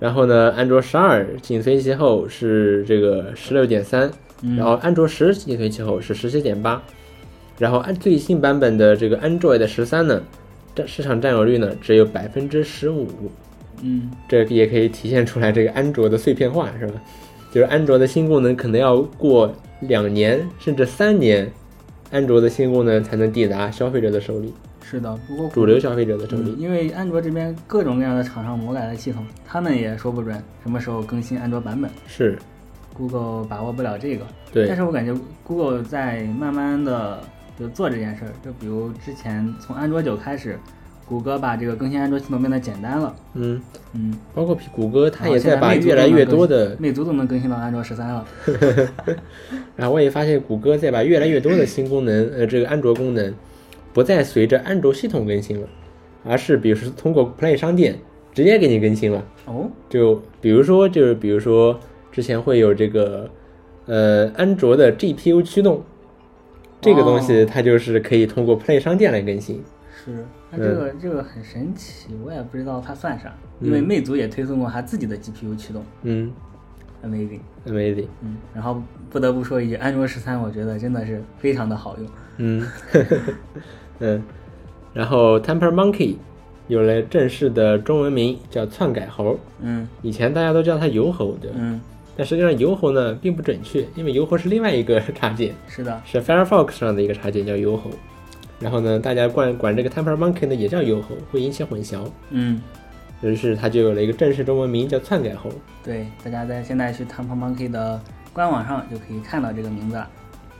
[SPEAKER 1] 然后呢，安卓十二紧随其后是这个十六点三，然后安卓十紧随其后是十七点八，然后按最新版本的这个 Android 十三呢，占市场占有率呢只有百分之十五，
[SPEAKER 2] 嗯，
[SPEAKER 1] 这也可以体现出来这个安卓的碎片化是吧？就是安卓的新功能可能要过两年甚至三年，安卓的新功能才能抵达消费者的手里，
[SPEAKER 2] 是的，不过
[SPEAKER 1] 主流消费者的手里。
[SPEAKER 2] 嗯因为安卓这边各种各样的厂商魔改了系统，他们也说不准什么时候更新安卓版本
[SPEAKER 1] 是，
[SPEAKER 2] ，Google 把握不了这个，
[SPEAKER 1] 对
[SPEAKER 2] 但，是我感觉 Google 在慢慢的就做这件事儿，就比如之前从安卓九开始，谷歌把这个更新安卓系统变得简单了，
[SPEAKER 1] 嗯，
[SPEAKER 2] 嗯，
[SPEAKER 1] 包括谷歌，它
[SPEAKER 2] 然后
[SPEAKER 1] 也
[SPEAKER 2] 现
[SPEAKER 1] 啊在把
[SPEAKER 2] 魅族
[SPEAKER 1] 越
[SPEAKER 2] 都
[SPEAKER 1] 来
[SPEAKER 2] 能
[SPEAKER 1] 越
[SPEAKER 2] 更
[SPEAKER 1] 多
[SPEAKER 2] 新
[SPEAKER 1] 的
[SPEAKER 2] 魅族都能更新到安卓十三了，
[SPEAKER 1] 然后我也发现，谷歌在把越来越多的新功能，呃，这个安卓功能，不再随着安卓系统更新了，而是比如说通过 Play 商店直接给你更新了。
[SPEAKER 2] 哦，
[SPEAKER 1] 就比如说，就是比如说之前会有这个，呃，安卓的 GPU 驱动，这个东西它就是可以通过 Play 商店来更新。
[SPEAKER 2] 是，那这个、这个很神奇，我也不知道它算啥，因为魅族也推送过它自己的 GPU 驱动
[SPEAKER 1] 嗯
[SPEAKER 2] ，Amazing，
[SPEAKER 1] ，amazing。
[SPEAKER 2] 嗯，然后不得不说一句，安卓十三我觉得真的是非常的好用，
[SPEAKER 1] 嗯， 嗯，然后 Temper Monkey 有了正式的中文名，叫篡改猴。
[SPEAKER 2] 嗯
[SPEAKER 1] 以前大家都叫它油猴，对吧？
[SPEAKER 2] 嗯，
[SPEAKER 1] 但实际上油猴呢并不准确，因为油猴是另外一个 插件，
[SPEAKER 2] 是的，
[SPEAKER 1] 是 Firefox 上的一个插件叫油猴。然后呢，大家管管这个 Temper Monkey 呢也叫油猴，会引起混淆，
[SPEAKER 2] 嗯。
[SPEAKER 1] 于是它就有了一个正式中文名叫篡改猴。
[SPEAKER 2] 对，大家在现在去 Temple Monkey 的官网上就可以看到这个名字了。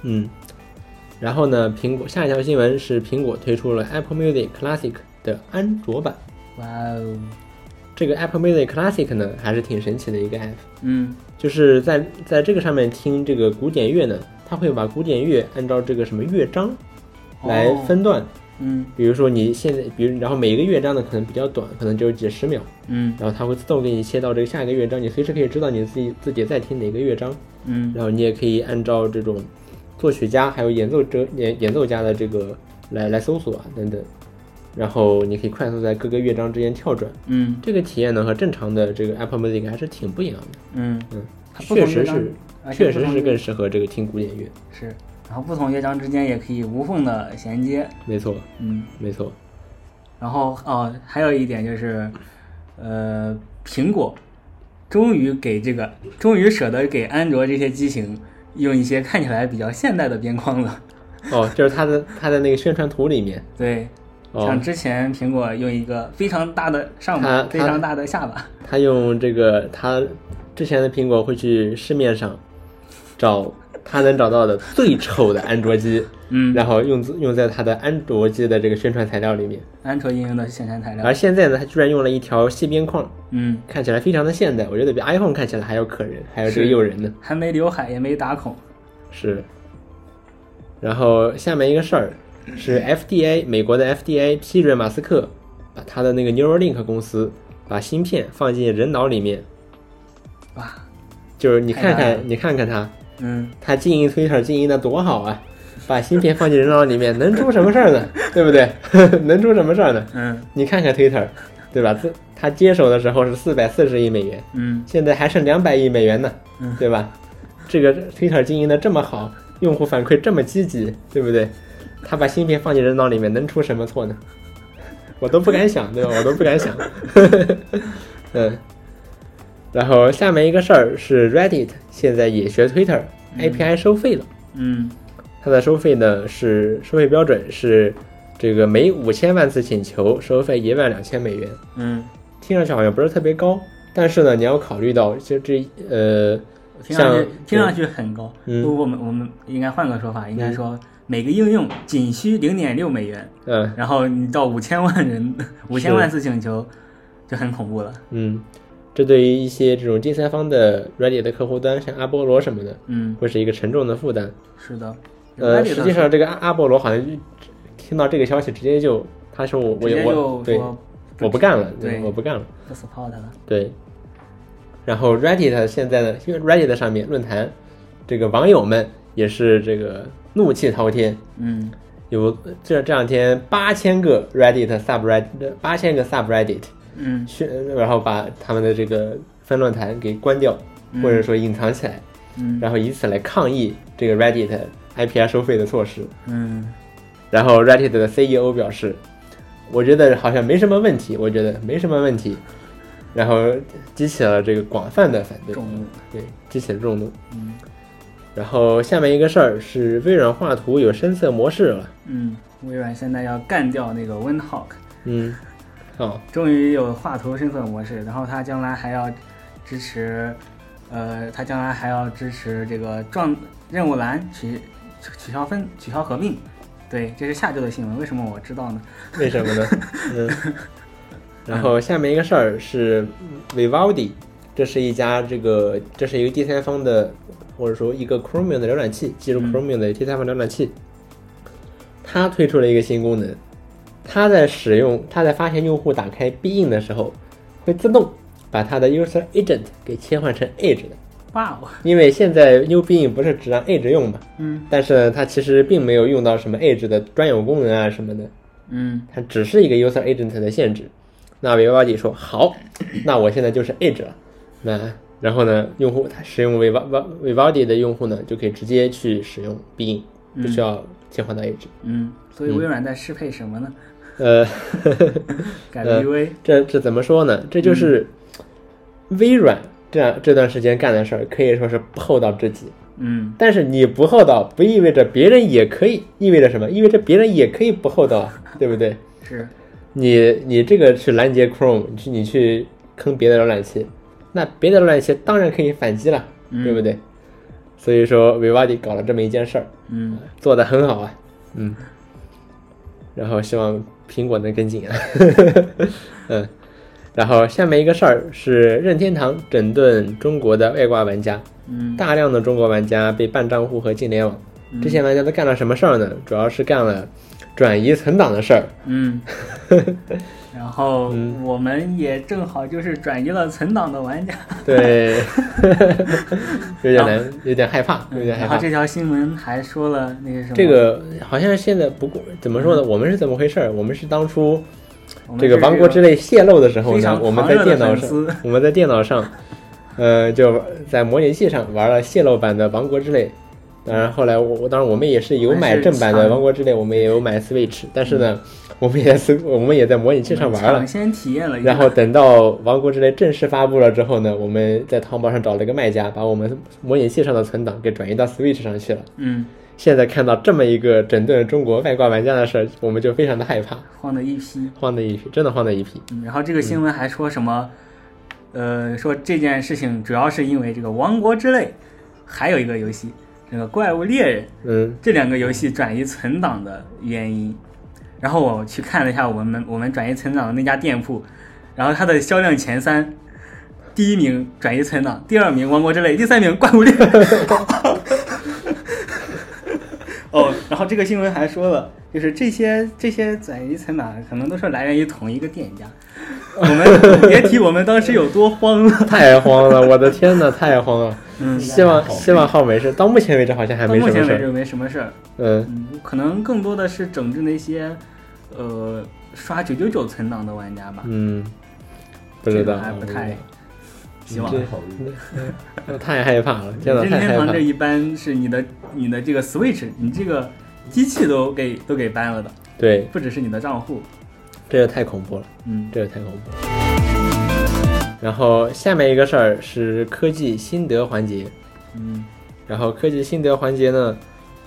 [SPEAKER 1] 嗯，然后呢，苹果下一条新闻是苹果推出了 Apple Music Classic 的安卓版。
[SPEAKER 2] 哇哦，
[SPEAKER 1] 这个 Apple Music Classic 呢还是挺神奇的一个 app，
[SPEAKER 2] 嗯
[SPEAKER 1] 就是在在这个上面听这个古典乐呢，它会把古典乐按照这个什么乐章来
[SPEAKER 2] 哦
[SPEAKER 1] 分段。
[SPEAKER 2] 嗯
[SPEAKER 1] 比如说你现在，比如然后每一个乐章呢可能比较短，可能只有几十秒，
[SPEAKER 2] 嗯
[SPEAKER 1] 然后它会自动给你切到这个下一个乐章，你随时可以知道你自己自己在听哪个乐章，
[SPEAKER 2] 嗯
[SPEAKER 1] 然后你也可以按照这种作曲家还有演奏者演演奏家的这个来来搜索啊等等，然后你可以快速在各个乐章之间跳转，
[SPEAKER 2] 嗯
[SPEAKER 1] 这个体验呢和正常的这个 Apple Music 还是挺不一样的，
[SPEAKER 2] 嗯，
[SPEAKER 1] 嗯，
[SPEAKER 2] 它不同
[SPEAKER 1] 确实
[SPEAKER 2] 乐章
[SPEAKER 1] 是
[SPEAKER 2] 而且
[SPEAKER 1] 确
[SPEAKER 2] 不
[SPEAKER 1] 实
[SPEAKER 2] 同
[SPEAKER 1] 是
[SPEAKER 2] 乐
[SPEAKER 1] 更适合这个听古典乐，
[SPEAKER 2] 是然后不同乐章之间也可以无缝的衔接，
[SPEAKER 1] 没错，
[SPEAKER 2] 嗯，
[SPEAKER 1] 没错，
[SPEAKER 2] 然后哦，还有一点就是，呃，苹果终于给这个，终于舍得给安卓这些机型用一些看起来比较现代的边框了。
[SPEAKER 1] 哦，这是它的它的那个宣传图里面，
[SPEAKER 2] 对，
[SPEAKER 1] 哦
[SPEAKER 2] 像之前苹果用一个非常大的上
[SPEAKER 1] 它
[SPEAKER 2] 巴，
[SPEAKER 1] 它
[SPEAKER 2] 非常大的下巴，
[SPEAKER 1] 他用这个他之前的苹果会去市面上找他能找到的最丑的安卓机，
[SPEAKER 2] 嗯，
[SPEAKER 1] 然后用用在他的安卓机的这个宣传材料里面。
[SPEAKER 2] 安卓应用的宣传材料，
[SPEAKER 1] 而现在呢，他居然用了一条细边框，
[SPEAKER 2] 嗯，
[SPEAKER 1] 看起来非常的现代，我觉得比 iPhone 看起来还要可人，还要这个
[SPEAKER 2] 是
[SPEAKER 1] 诱人呢。
[SPEAKER 2] 还没刘海也没打孔，
[SPEAKER 1] 是。然后下面一个事儿是 FDA 美国的 FDA 批准马斯克把他的那个 Neuralink 公司把芯片放进人脑里面，
[SPEAKER 2] 哇，
[SPEAKER 1] 就是你看
[SPEAKER 2] 太大了
[SPEAKER 1] 看你看看他，
[SPEAKER 2] 嗯，
[SPEAKER 1] 他经营 Twitter 经营的多好啊，把芯片放进人脑里面，能出什么事儿 呢？对 不对？能出什么事儿呢？
[SPEAKER 2] 嗯，
[SPEAKER 1] 你看看 Twitter，对吧？这他接手的时候是四百四十亿美元，
[SPEAKER 2] 嗯，
[SPEAKER 1] 现在还剩两百亿美元呢
[SPEAKER 2] 嗯，
[SPEAKER 1] 对吧？这个 Twitter 经营的这么好，用户反馈这么积极，对不对？他把芯片放进人脑里面，能出什么错呢？ 我都不敢想，对吧？我都不敢想。 嗯。然后下面一个事儿是 Reddit 现在也学 Twitter、API 收费了，
[SPEAKER 2] 嗯，
[SPEAKER 1] 它的收费呢是收费标准是这个每五千万次请求收费一万两千美元。
[SPEAKER 2] 嗯，
[SPEAKER 1] 听上去好像不是特别高，但是呢，你要考虑到就这呃，
[SPEAKER 2] 听上去
[SPEAKER 1] 像
[SPEAKER 2] 听上去很高，
[SPEAKER 1] 嗯
[SPEAKER 2] 不过我们我们应该换个说法，应该说每个应用仅需零点六美元，
[SPEAKER 1] 嗯
[SPEAKER 2] 然后你到五千万 人五千万次请求就很恐怖了。
[SPEAKER 1] 嗯，这对于一些这种第三方的软件的客户端，像阿波罗什么的，
[SPEAKER 2] 嗯，
[SPEAKER 1] 会是一个沉重的负担。
[SPEAKER 2] 是的。
[SPEAKER 1] 呃，
[SPEAKER 2] Reddit
[SPEAKER 1] 实际上这个阿阿波罗好像就听到这个消息，直接就他说我
[SPEAKER 2] 直接
[SPEAKER 1] 我
[SPEAKER 2] 就
[SPEAKER 1] 我对
[SPEAKER 2] 说
[SPEAKER 1] 我不干了，
[SPEAKER 2] 对
[SPEAKER 1] 我不干了，
[SPEAKER 2] 不 support 了。
[SPEAKER 1] 对。然后 Reddit 现在的因为 Reddit 上面论坛，这个网友们也是这个怒气滔天，
[SPEAKER 2] 嗯
[SPEAKER 1] 有这这两天八千个 Reddit subreddit，八千个 subreddit
[SPEAKER 2] 嗯
[SPEAKER 1] 去，然后把他们的这个分论坛给关掉，
[SPEAKER 2] 嗯
[SPEAKER 1] 或者说隐藏起来，
[SPEAKER 2] 嗯
[SPEAKER 1] 然后以此来抗议这个 Reddit IPI 收费的措施。
[SPEAKER 2] 嗯
[SPEAKER 1] 然后 Reddit 的 CEO 表示，我觉得好像没什么问题，我觉得没什么问题，然后激起了这个广泛的反对，
[SPEAKER 2] 众怒
[SPEAKER 1] 对，激起了众怒。
[SPEAKER 2] 嗯
[SPEAKER 1] 然后下面一个事儿是微软画图有深色模式了，
[SPEAKER 2] 嗯，微软现在要干掉那个 WinHawk，
[SPEAKER 1] 嗯，哦，
[SPEAKER 2] 终于有画图生成模式，然后它将来还要支持，呃，它将来还要支持这个状任务栏取取消分取消合并。对，这是下周的新闻，为什么我知道呢？
[SPEAKER 1] 为什么呢？嗯。然后下面一个事儿是嗯 Vivaldi，这是一家这个这是一个第三方的，或者说一个 Chromium 的浏览器，记录
[SPEAKER 2] 嗯
[SPEAKER 1] Chromium 的第三方浏览器，它推出了一个新功能，它在使用它在发现用户打开 b i n 的时候，会自动把它的 User Agent 给切换成 Edge 的，
[SPEAKER 2] 哇哦，
[SPEAKER 1] 因为现在 U b i n 不是只让 Edge 用嘛，
[SPEAKER 2] 嗯
[SPEAKER 1] 但是呢它其实并没有用到什么 Edge 的专有功能啊什么的，
[SPEAKER 2] 嗯
[SPEAKER 1] 它只是一个 user agent 的限制。那维瓦迪说好， 那我现在就是 edge 了。那然后呢，用户他使用维瓦维瓦迪的用户呢，就可以直接去使用嗯 Bing，不需要切换到 edge。
[SPEAKER 2] 嗯，所以微软在适配什么呢？
[SPEAKER 1] 呃，
[SPEAKER 2] 改
[SPEAKER 1] 呃
[SPEAKER 2] BV，、
[SPEAKER 1] 这这怎么说呢？这就是微软这样这段时间干的事儿，可以说是不厚道至极。
[SPEAKER 2] 嗯
[SPEAKER 1] 但是你不厚道，不意味着别人也可以，意味着什么？意味着别人也可以不厚道啊，对不对？
[SPEAKER 2] 是，
[SPEAKER 1] 你你这个去拦截 Chrome，你去你去坑别的浏览器，那别的浏览器当然可以反击了，
[SPEAKER 2] 嗯
[SPEAKER 1] 对不对？所以说维瓦迪搞了这么一件事儿，
[SPEAKER 2] 嗯
[SPEAKER 1] 做的很好啊，嗯。然后希望苹果能跟进啊， 嗯。然后下面一个事儿是任天堂整顿中国的外挂玩家，
[SPEAKER 2] 嗯
[SPEAKER 1] 大量的中国玩家被办账户和禁联网。这些玩家都干了什么事儿呢？主要是干了转移存档的事儿。
[SPEAKER 2] 嗯，然 后
[SPEAKER 1] 嗯
[SPEAKER 2] 我们也正好就是转移了存档的玩家，
[SPEAKER 1] 对， 有点难，有点害怕，有点害
[SPEAKER 2] 然
[SPEAKER 1] 怕。
[SPEAKER 2] 后嗯啊这条新闻还说了那个什么，
[SPEAKER 1] 这个好像现在不过怎么说呢？我们是怎么回事儿？我们是当初
[SPEAKER 2] 我们
[SPEAKER 1] 这
[SPEAKER 2] 是
[SPEAKER 1] 个《王国之泪》泄露的时候
[SPEAKER 2] 非
[SPEAKER 1] 呢，
[SPEAKER 2] 常
[SPEAKER 1] 我们
[SPEAKER 2] 狂
[SPEAKER 1] 在
[SPEAKER 2] 热的
[SPEAKER 1] 电脑
[SPEAKER 2] 粉
[SPEAKER 1] 上
[SPEAKER 2] 丝，
[SPEAKER 1] 我们在电脑上，呃，就在模拟器上玩了泄露版的《王国之泪》，当然后来我我当然我们也是有买正版的《王国之泪》，我们也有买 Switch，但是呢，
[SPEAKER 2] 嗯
[SPEAKER 1] 我们也在 Sw- 我们也在模拟器上玩了
[SPEAKER 2] 抢。先体验了一下，
[SPEAKER 1] 然后等到《王国之泪》正式发布了之后呢，我们在淘宝上找了一个卖家，把我们模拟器上的存档给转移到 Switch 上去了。
[SPEAKER 2] 嗯，
[SPEAKER 1] 现在看到这么一个整顿中国外挂玩家的事儿，我们就非常的害怕，
[SPEAKER 2] 晃了一批。
[SPEAKER 1] 慌的一批，真的慌的一批。
[SPEAKER 2] 嗯然后这个新闻还说什么，呃，说这件事情主要是因为这个《王国之泪》，还有一个游戏，这个《怪物猎人》
[SPEAKER 1] 嗯
[SPEAKER 2] 这两个游戏转移存档的原因。然后我去看了一下我们我们转移存档的那家店铺，然后它的销量前三，第一名转移存档，第二名《王国之泪》，第三名《怪物猎人》。 哦，然后这个新闻还说了，就是这些这些转移存档可能都是来源于同一个店家。我们别提我们当时有多慌了。
[SPEAKER 1] 太慌了，我的天呐，太慌了！
[SPEAKER 2] 嗯，
[SPEAKER 1] 希望希望浩没事，到目前为止好像还
[SPEAKER 2] 到
[SPEAKER 1] 哎没
[SPEAKER 2] 目
[SPEAKER 1] 什么
[SPEAKER 2] 前
[SPEAKER 1] 事
[SPEAKER 2] 为止
[SPEAKER 1] 儿。
[SPEAKER 2] 没什么事儿。
[SPEAKER 1] 嗯，
[SPEAKER 2] 嗯，可能更多的是整治那些，呃，刷九九九存档的玩家吧。
[SPEAKER 1] 嗯，不知
[SPEAKER 2] 这
[SPEAKER 1] 道
[SPEAKER 2] 个，还不太希望。
[SPEAKER 1] 这
[SPEAKER 2] 任
[SPEAKER 3] 考虑。
[SPEAKER 1] 我嗯太害怕了，天呐，太
[SPEAKER 2] 天
[SPEAKER 1] 害
[SPEAKER 2] 堂
[SPEAKER 1] 怕
[SPEAKER 2] 这
[SPEAKER 1] 了。
[SPEAKER 2] 一般是你的你的这个 Switch，你这个机器都给都给 ban 了的，
[SPEAKER 1] 对，
[SPEAKER 2] 不只是你的账户。
[SPEAKER 1] 这个太恐怖了。
[SPEAKER 2] 嗯，
[SPEAKER 1] 这个太恐怖了。然后下面一个事儿是科技心得环节，
[SPEAKER 2] 嗯，
[SPEAKER 1] 然后科技心得环节呢，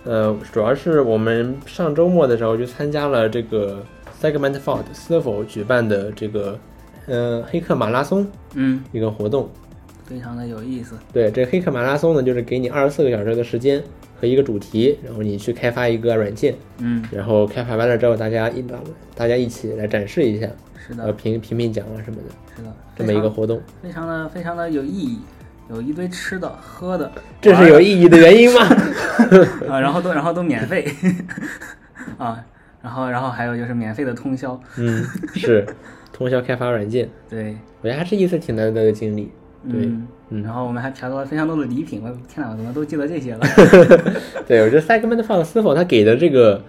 [SPEAKER 1] 呃，主要是我们上周末的时候就参加了这个 Segment Ford 斯否举办的这个呃黑客马拉松
[SPEAKER 2] 嗯，
[SPEAKER 1] 一个活动。
[SPEAKER 2] 非常的有意思。
[SPEAKER 1] 对，这黑客马拉松呢，就是给你二十四个小时的时间和一个主题，然后你去开发一个软件，
[SPEAKER 2] 嗯，
[SPEAKER 1] 然后开发完了之后，大家一大家一起来展示一下，
[SPEAKER 2] 是
[SPEAKER 1] 呃，
[SPEAKER 2] 的，
[SPEAKER 1] 评评评奖啊什么的，
[SPEAKER 2] 是的，
[SPEAKER 1] 这么一个活动。
[SPEAKER 2] 非常非常的非常的有意义，有一堆吃的喝的，
[SPEAKER 1] 这是有意义的原因吗？
[SPEAKER 2] 啊，然后都然后都免费， 啊，然后然后还有就是免费的通宵，
[SPEAKER 1] 嗯，是通宵开发软件，
[SPEAKER 2] 对，
[SPEAKER 1] 我觉得还是一次挺难得的经历。对
[SPEAKER 2] 嗯，
[SPEAKER 1] 嗯
[SPEAKER 2] 然后我们还嫖到了非常多的礼品，我天哪，我怎么都记得 这些了？
[SPEAKER 1] 对，我觉得 Segment Fox 是否他给的这个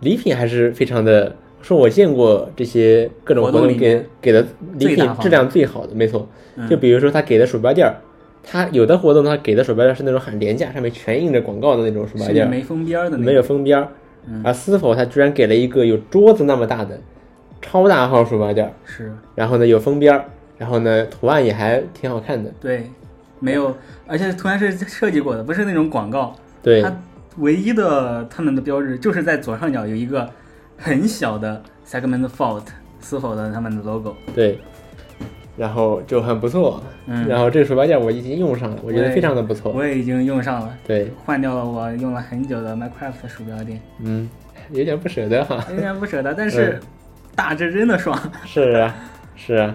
[SPEAKER 1] 礼品还是非常的，说我见过这些各种活
[SPEAKER 2] 活动
[SPEAKER 1] 动
[SPEAKER 2] 里
[SPEAKER 1] 给
[SPEAKER 2] 面
[SPEAKER 1] 给的礼
[SPEAKER 2] 最大
[SPEAKER 1] 品
[SPEAKER 2] 方的
[SPEAKER 1] 质量最好的，没错。
[SPEAKER 2] 嗯
[SPEAKER 1] 就比如说他给的鼠标垫儿，他有的活动他给的鼠标垫儿是那种很廉价，上面全印着广告的那种鼠标
[SPEAKER 2] 是
[SPEAKER 1] 垫儿，
[SPEAKER 2] 没封边儿的那
[SPEAKER 1] 没
[SPEAKER 2] 嗯个，
[SPEAKER 1] 有封边儿。而是否他居然给了一个有桌子那么大的超大号鼠标垫儿，
[SPEAKER 2] 是
[SPEAKER 1] 然后呢有封边儿，然后呢图案也还挺好看的。
[SPEAKER 2] 对，没有，而且图案是设计过的，不是那种广告。
[SPEAKER 1] 对，
[SPEAKER 2] 它唯一的他们的标志就是在左上角有一个很小的 segment fault 是否的他们的 logo。
[SPEAKER 1] 对，然后就很不错。
[SPEAKER 2] 嗯
[SPEAKER 1] 然后这个鼠标垫我已经用上了，我觉得非常的不错。
[SPEAKER 2] 我也已经用上了，
[SPEAKER 1] 对，
[SPEAKER 2] 换掉了我用了很久的 Minecraft 鼠标 垫，
[SPEAKER 1] 嗯，有点不舍得 哈。
[SPEAKER 2] 有点不舍得，但是大致真的爽。
[SPEAKER 1] 是啊，是啊，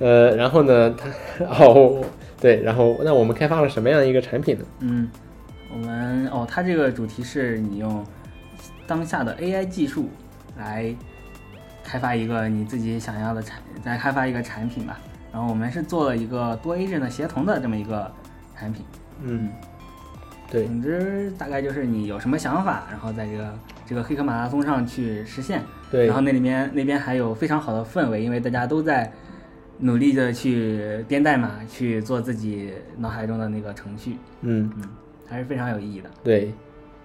[SPEAKER 1] 呃，然后呢，它哦，对，然后那我们开发了什么样的一个产品呢？
[SPEAKER 2] 嗯，我们哦，它这个主题是你用当下的 AI 技术来开发一个你自己想要的产，来开发一个产品吧。然后我们是做了一个多 agent 的协同的这么一个产品。
[SPEAKER 1] 嗯，对，
[SPEAKER 2] 总之大概就是你有什么想法，然后在这个这个黑客马拉松上去实现。
[SPEAKER 1] 对
[SPEAKER 2] 然后那里面那边还有非常好的氛围，因为大家都在努力的去编代码，去做自己脑海中的那个程序，
[SPEAKER 1] 嗯，
[SPEAKER 2] 还是非常有意义的。
[SPEAKER 1] 对，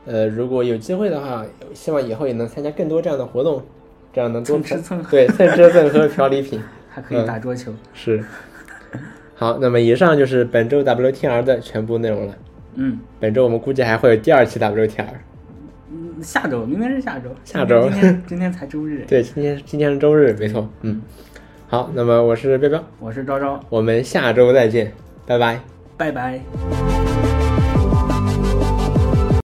[SPEAKER 1] 呃，如果有机会的话，希望以后也能参加更多这样的活动，这样能多嗯
[SPEAKER 2] 蹭吃蹭喝
[SPEAKER 1] 对蹭吃蹭喝嫖礼品。
[SPEAKER 2] 还可以打桌球。
[SPEAKER 1] 是。 好，那么以上就是本周 WTR 的全部内容了。
[SPEAKER 2] 嗯
[SPEAKER 1] 本周我们估计还会有第二期 WTR。
[SPEAKER 2] 嗯，下周，明天是下周，
[SPEAKER 1] 下周
[SPEAKER 2] 今天今天才周 日。
[SPEAKER 1] 对，今天今天是周日，没错。嗯，好，那么我是彪彪，
[SPEAKER 2] 我是昭昭，
[SPEAKER 1] 我们下周再见，拜拜。
[SPEAKER 2] 拜拜。